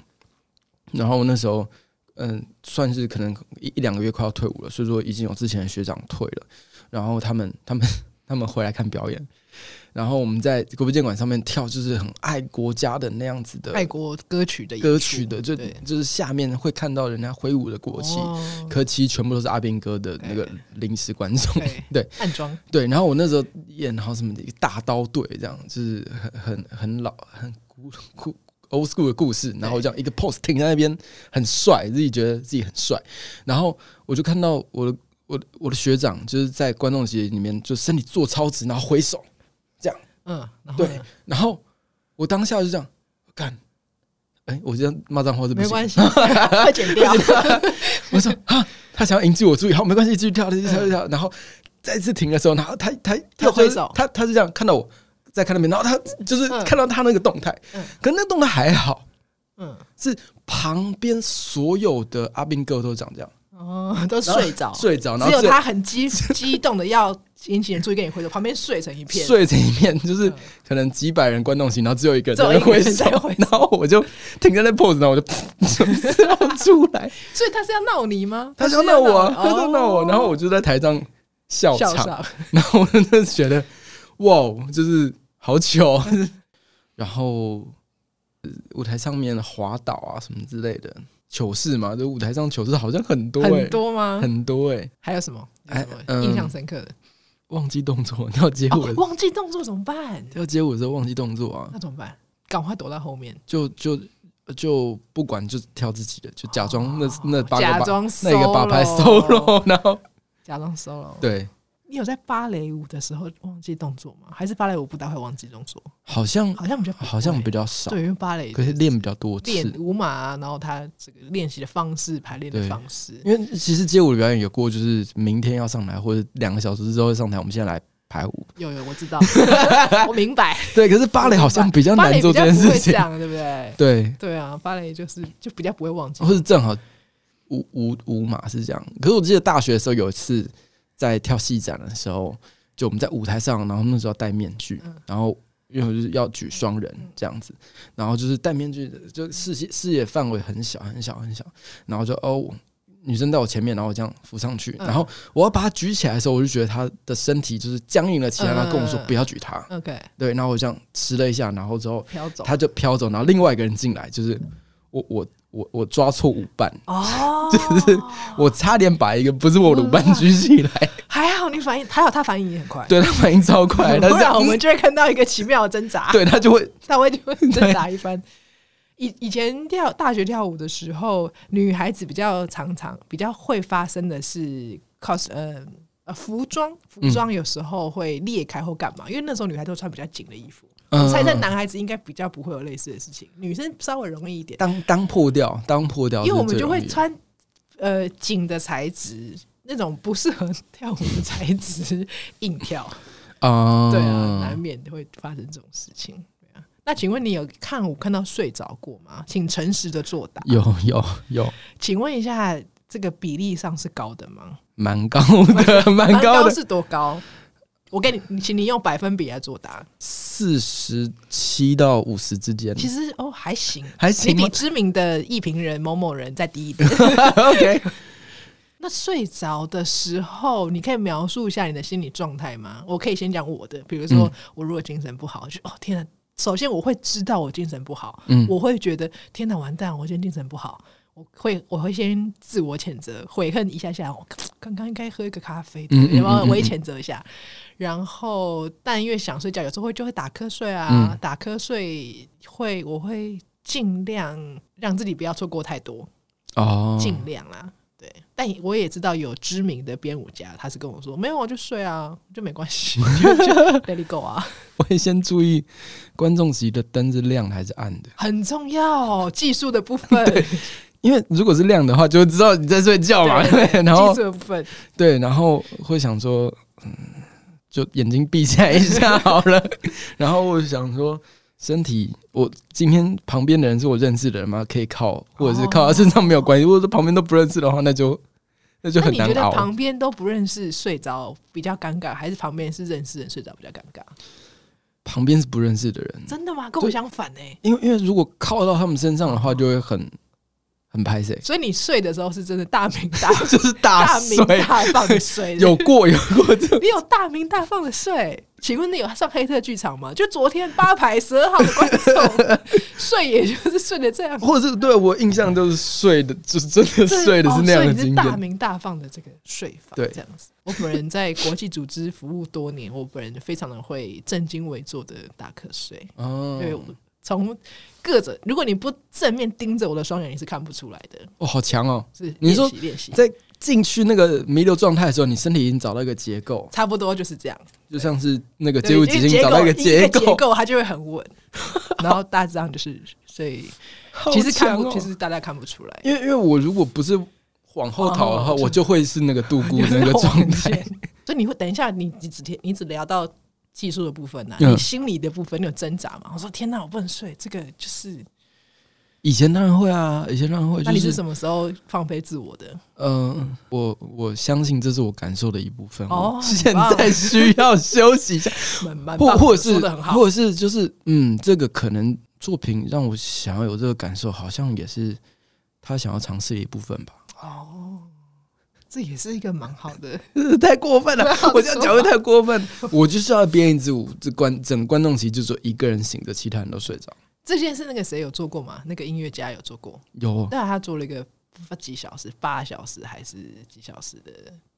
然后那时候嗯，算是可能一一两个月快要退伍了，所以说已经有之前的学长退了，然后他们他们他们回来看表演，然后我们在国父纪念馆上面跳，就是很爱国家的那样子的
爱国歌曲的演出
歌曲的，就
对
就是下面会看到人家挥舞的国旗，
哦
可其实全部都是阿兵哥的那个临时观众。
对
*laughs* 对
暗装
对，然后我那时候演好什么一个大刀队这样，就是很很很老很古古 old school 的故事，然后这样一个 pose 停在那边很帅，自己觉得自己很帅，然后我就看到我的我的我的学长就是在观众席里面就身体坐超直，然后挥手，
嗯，然后
对
呢，
然后我当下就这样干，哎、我这样骂脏话是不
没
行，
关系，快剪掉。
*laughs* 我说啊，他想要引起我注意，好，没关系，继续跳，继续跳，继续跳。然后再次停的时候，然后他他
嗯
他
又挥
就是
手
他他是这样看到我在看那边，然后他就是
嗯
看到他那个动态，
嗯
可那动态还好，
嗯，
是旁边所有的阿兵哥都长这样，
哦，都
然后
睡着，
睡着，然
只
后
有他很激激动的要引起人注意，跟你挥手，旁边睡成一片。
睡成一片， *laughs* 就是
嗯
可能几百人观众席，然后只有一个人
只有
在那
一个人
挥手
在挥手，
然后我就停在那 pose，然后我就 *laughs*
*laughs*
就出来，
所以他是要闹你吗？
他
是
想闹我啊，
要
他想闹我，然后我就在台上笑
哦笑
场，
场。
*laughs* 然后我真的觉得，哇哦，就是好糗。啊 *laughs* 然后呃舞台上面滑倒啊什么之类的糗事嘛，这舞台上糗事好像很多、欸，
很多啊吗？
很多哎、
还有什么？
哎
还
嗯
印象深刻的？
忘记动作，要接舞
哦
的、
*laughs* 忘记动作怎么办？
要接舞的时候忘记动作啊
那，怎么办？赶快躲到后面，
就就就不管，就跳自己的，就假装那、
哦
那八个
假
把
装
那个把牌
solo，
solo，然 *laughs* 后
假装 solo。，
对，
你有在芭蕾舞的时候忘记动作吗？还是芭蕾舞不大会忘记动作？
好像
好像比较不会
好像比较少，
对，因为芭蕾
可是练比较多次，
练舞马，然后他这个练习的方式、排练的
对
方式，
因为其实街舞的表演有过，就是明天要上台，或者两个小时之后上台，我们现在来排舞。
有有我知道， *laughs* 我明白。
对，可是芭蕾好像比较
芭
难
蕾
做
比
这
较
件
不
事
会这
情，
样，对不对？
对，
对啊，芭蕾就是就比较不会忘记
或。是正好舞舞舞马是这样。可是我记得大学的时候有一次在跳戏展的时候，就我们在舞台上，然后那时候戴面具
嗯，
然后因为我就是要举双人这样子，然后就是戴面具的，就视线视野范围很小很小很小，然后就哦。女生在我前面，然后我这样扶上去，
嗯
然后我要把她举起来的时候，我就觉得她的身体就是僵硬了起来，
嗯
然后跟我说
嗯嗯
不要举她。
OK，
对，然后我这样吃了一下，然后之后
飘走。
他就飘走，然后另外一个人进来，就是我我我我抓错舞伴，
哦，
*laughs* 就是我差点把一个不是我的舞伴举起
*laughs*
来，
还好你反应，还好他反应也很 *laughs* 快，
对他反应超快，他嗯
不
这
然
样嗯
我们就会看到一个奇妙的挣扎。
对他就会
他会就会挣扎一番。以以前跳大学跳舞的时候，女孩子比较常常比较会发生的是 cos 呃呃服装，服
嗯
装有时候会裂开或干嘛，因为那时候女孩都穿比较紧的衣服。
嗯
我猜测男孩子应该比较不会有类似的事情，女生稍微容易一点，
当当破掉，当破掉，
因为我们就会。穿呃紧的材质，那种不适合 *laughs* 跳舞的材质 *laughs* 硬跳。
啊，
对啊，难免会发生这种事情。对啊，那请问你有看我看到睡着过吗？请诚实的作答。
有有有，
请问一下，这个比例上是高的吗？
蛮高的，蛮高的，
是多高？我给你，你请你用百分比来作答。
四十七到五十之间，
其实哦，还行，
还行
你
吗
比知名的艺评人某某人再低一点。 *laughs*
OK，
那睡着的时候，你可以描述一下你的心理状态吗？我可以先讲我的，比如说、
嗯
我如果精神不好，就哦天哪！首先我会知道我精神不好，
嗯
我会觉得天哪，完蛋，我今天精神不好，我会我会先自我谴责，悔恨一下下，我刚刚应该喝一个咖啡，
嗯嗯
然后
嗯嗯
我也谴责一下，然后但因为想睡觉，有时候会就会打瞌睡啊，
嗯
打瞌睡会我会尽量让自己不要错过太多，
哦，
尽量啦。对，但我也知道有知名的编舞家，他是跟我说没有啊，就睡啊，就没关
*laughs*
系，就就 let it go 啊，
我会先注意观众席的灯是亮的还是暗的，
很重要哦技术的部分，对
因为如果是亮的话，就会知道你在睡觉嘛。对，然后
技术的部分，
对，然后会想说，嗯，就眼睛闭起来一下好 *laughs* 了。然后我想说，身体，我今天旁边的人是我认识的人吗？可以靠，或者是靠他身上没有关系。如果是旁边都不认识的话，那就那就
那
很
你
难
觉得
熬。
旁边都不认识睡着比较尴尬，还是旁边是认识人睡着比较尴尬？
旁边是不认识的人，
真的吗？跟我
对
相反呢、欸
因为因为如果靠到他们身上的话，就会很很拍谁，
所以你睡的时候是真的大名
*laughs*
大
就是
大
大
名
*laughs* 睡，
大放的睡，
有过有过
*laughs*
这种
你有大名大放的睡？请问你有上黑特剧场吗？就昨天八排十二号的观
*laughs*
众睡，也就是睡的这样，
或者是对我印象就是睡的，就是真的
这
睡的是那
哦所
样的
以你
经
是大
验。
名大放的这个睡法，
对
这样子。我本人在国际组织服务多年，我本人非常的会正襟危坐的打瞌睡，
哦
对，我从各种，如果你不正面盯着我的双眼，你是看不出来的。
哦，好强哦！
是
你说
练习练习，
在进去那个弥留状态的时候，你身体已经找到一个结构，
差不多就是这样。
就像是那个
对
街舞
因
已
为
经找到
一
个
结
结构，
它就会很稳。然后大致上就是，所以
*laughs* 好
其实看
强
不，
哦
其实大家看不出来。
因为因为我如果不是往后逃的
往
话，
后
我就会是那个度孤的那个状
*laughs*
态。
所以你会等一下，你你只你只聊到技术的部分呢、啊
嗯
你心理的部分你有挣扎吗？我说天哪，我不能睡，这个就是。
以前当然会啊，以前当然会，
那
就
你是什么时候放飞自我的？
嗯、我我相信这是我感受的一部分。
哦
我
很
现
棒
在需要休息一下，
蛮蛮
或
棒的
或者是
说的很好，
或者是就是嗯，这个可能作品让我想要有这个感受，好像也是他想要尝试的一部分吧。
哦，这也是一个蛮好的。
*laughs* 太过分了
不要说，
我这样讲会太过分。我就是要编一支舞，这观整个观众席就只有一个人醒着，其他人都睡着。
这件事那个谁有做过吗？那个音乐家有做哦过，
有
但他做了一个几小时，八小时还是几小时的，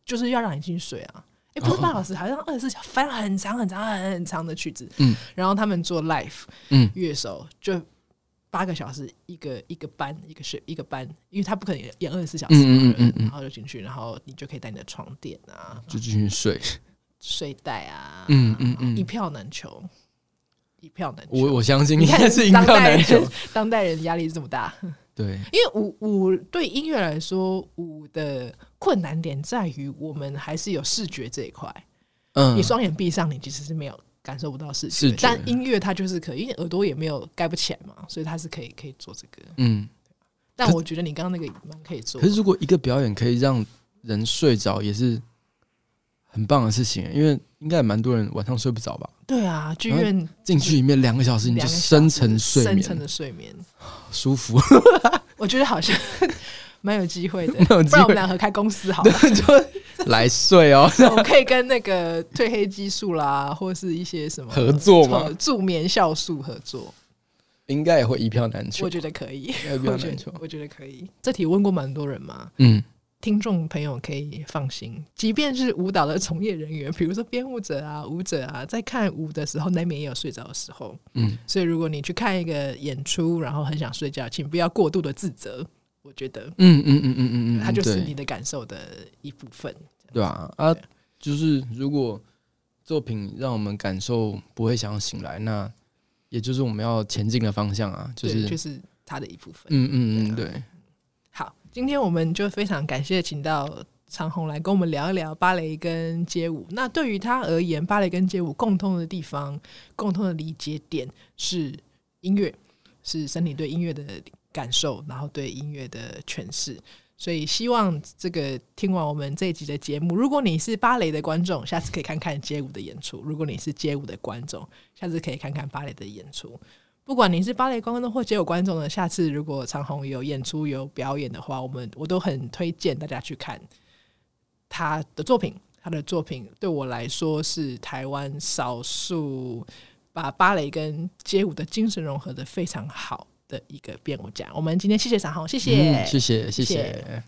就是要让你进去睡啊。哎、不
哦
是八小时，好像二十四小时，反正很长很长很很长的曲子。
嗯，
然后他们做 l i f e
嗯
乐手就八个小时一个一个班一个学一个班，因为他不可能演二十四小时嘛，
嗯嗯嗯嗯嗯
然后就进去，然后你就可以带你的床垫啊、
就继续睡。
睡袋啊，
嗯嗯嗯
一票难求，一票难求。
我我相信
你
应该
看
是赢
当
到
代
难求
*laughs* 人。，当代人压力是这么大，
对，
因为舞舞对音乐来说，舞的困难点在于我们还是有视觉这一块。
嗯
你，双眼闭上，你其实是没有感受不到视觉，
视觉
但音乐它就是可以，因为耳朵也没有盖不起来嘛，所以它是可以可以做这个。
嗯。
但
可
我觉得你刚刚那个蛮可以做
可，是如果一个表演可以让人睡着，也是很棒的事情，欸因为应该也蛮多人晚上睡不着吧？
对啊，剧院
进去里面两个小时，你
两
就
个小时
深沉睡
深沉
眠，
的睡眠，
舒服。 *laughs*
我觉得好像 *laughs* 蛮有机会的，
蛮有机会
不然我们俩合开公司好了。 *laughs*
就来睡哦。 *laughs*
我们可以跟那个褪黑激素啦，或是一些什么
合作吗
呃助眠酵素合作，
应该也会一票难求
我，觉得可以。
一票
我觉
难
得
求。
我觉得可以。这题问过蛮多人嘛，
嗯，
听众朋友可以放心，即便是舞蹈的从业人员，比如说编舞者啊、舞者啊，在看舞的时候难免也有睡着的时候。
嗯，
所以如果你去看一个演出，然后很想睡觉，请不要过度的自责。我觉得
嗯嗯嗯嗯嗯嗯，
它就是
对
你的感受的一部分。
对吧、啊？啊
对，
就是如果作品让我们感受不会想要醒来，那也就是我们要前进的方向啊，就
对，
是
就是它的一部分。
嗯嗯嗯，对，
好，今天我们就非常感谢请到长虹来跟我们聊一聊芭蕾跟街舞。那对于他而言，芭蕾跟街舞共通的地方、共通的理解点是音乐，是身体对音乐的感受，然后对音乐的诠释。所以希望这个听完我们这一集的节目，如果你是芭蕾的观众，下次可以看看街舞的演出；如果你是街舞的观众，下次可以看看芭蕾的演出。不管你是芭蕾观众或街舞观众呢，下次如果长虹有演出有表演的话，我们我都很推荐大家去看他的作品。他的作品对我来说是台湾少数把芭蕾跟街舞的精神融合的非常好的一个编舞家。我们今天谢谢长虹，谢谢，
嗯谢谢谢
谢
谢。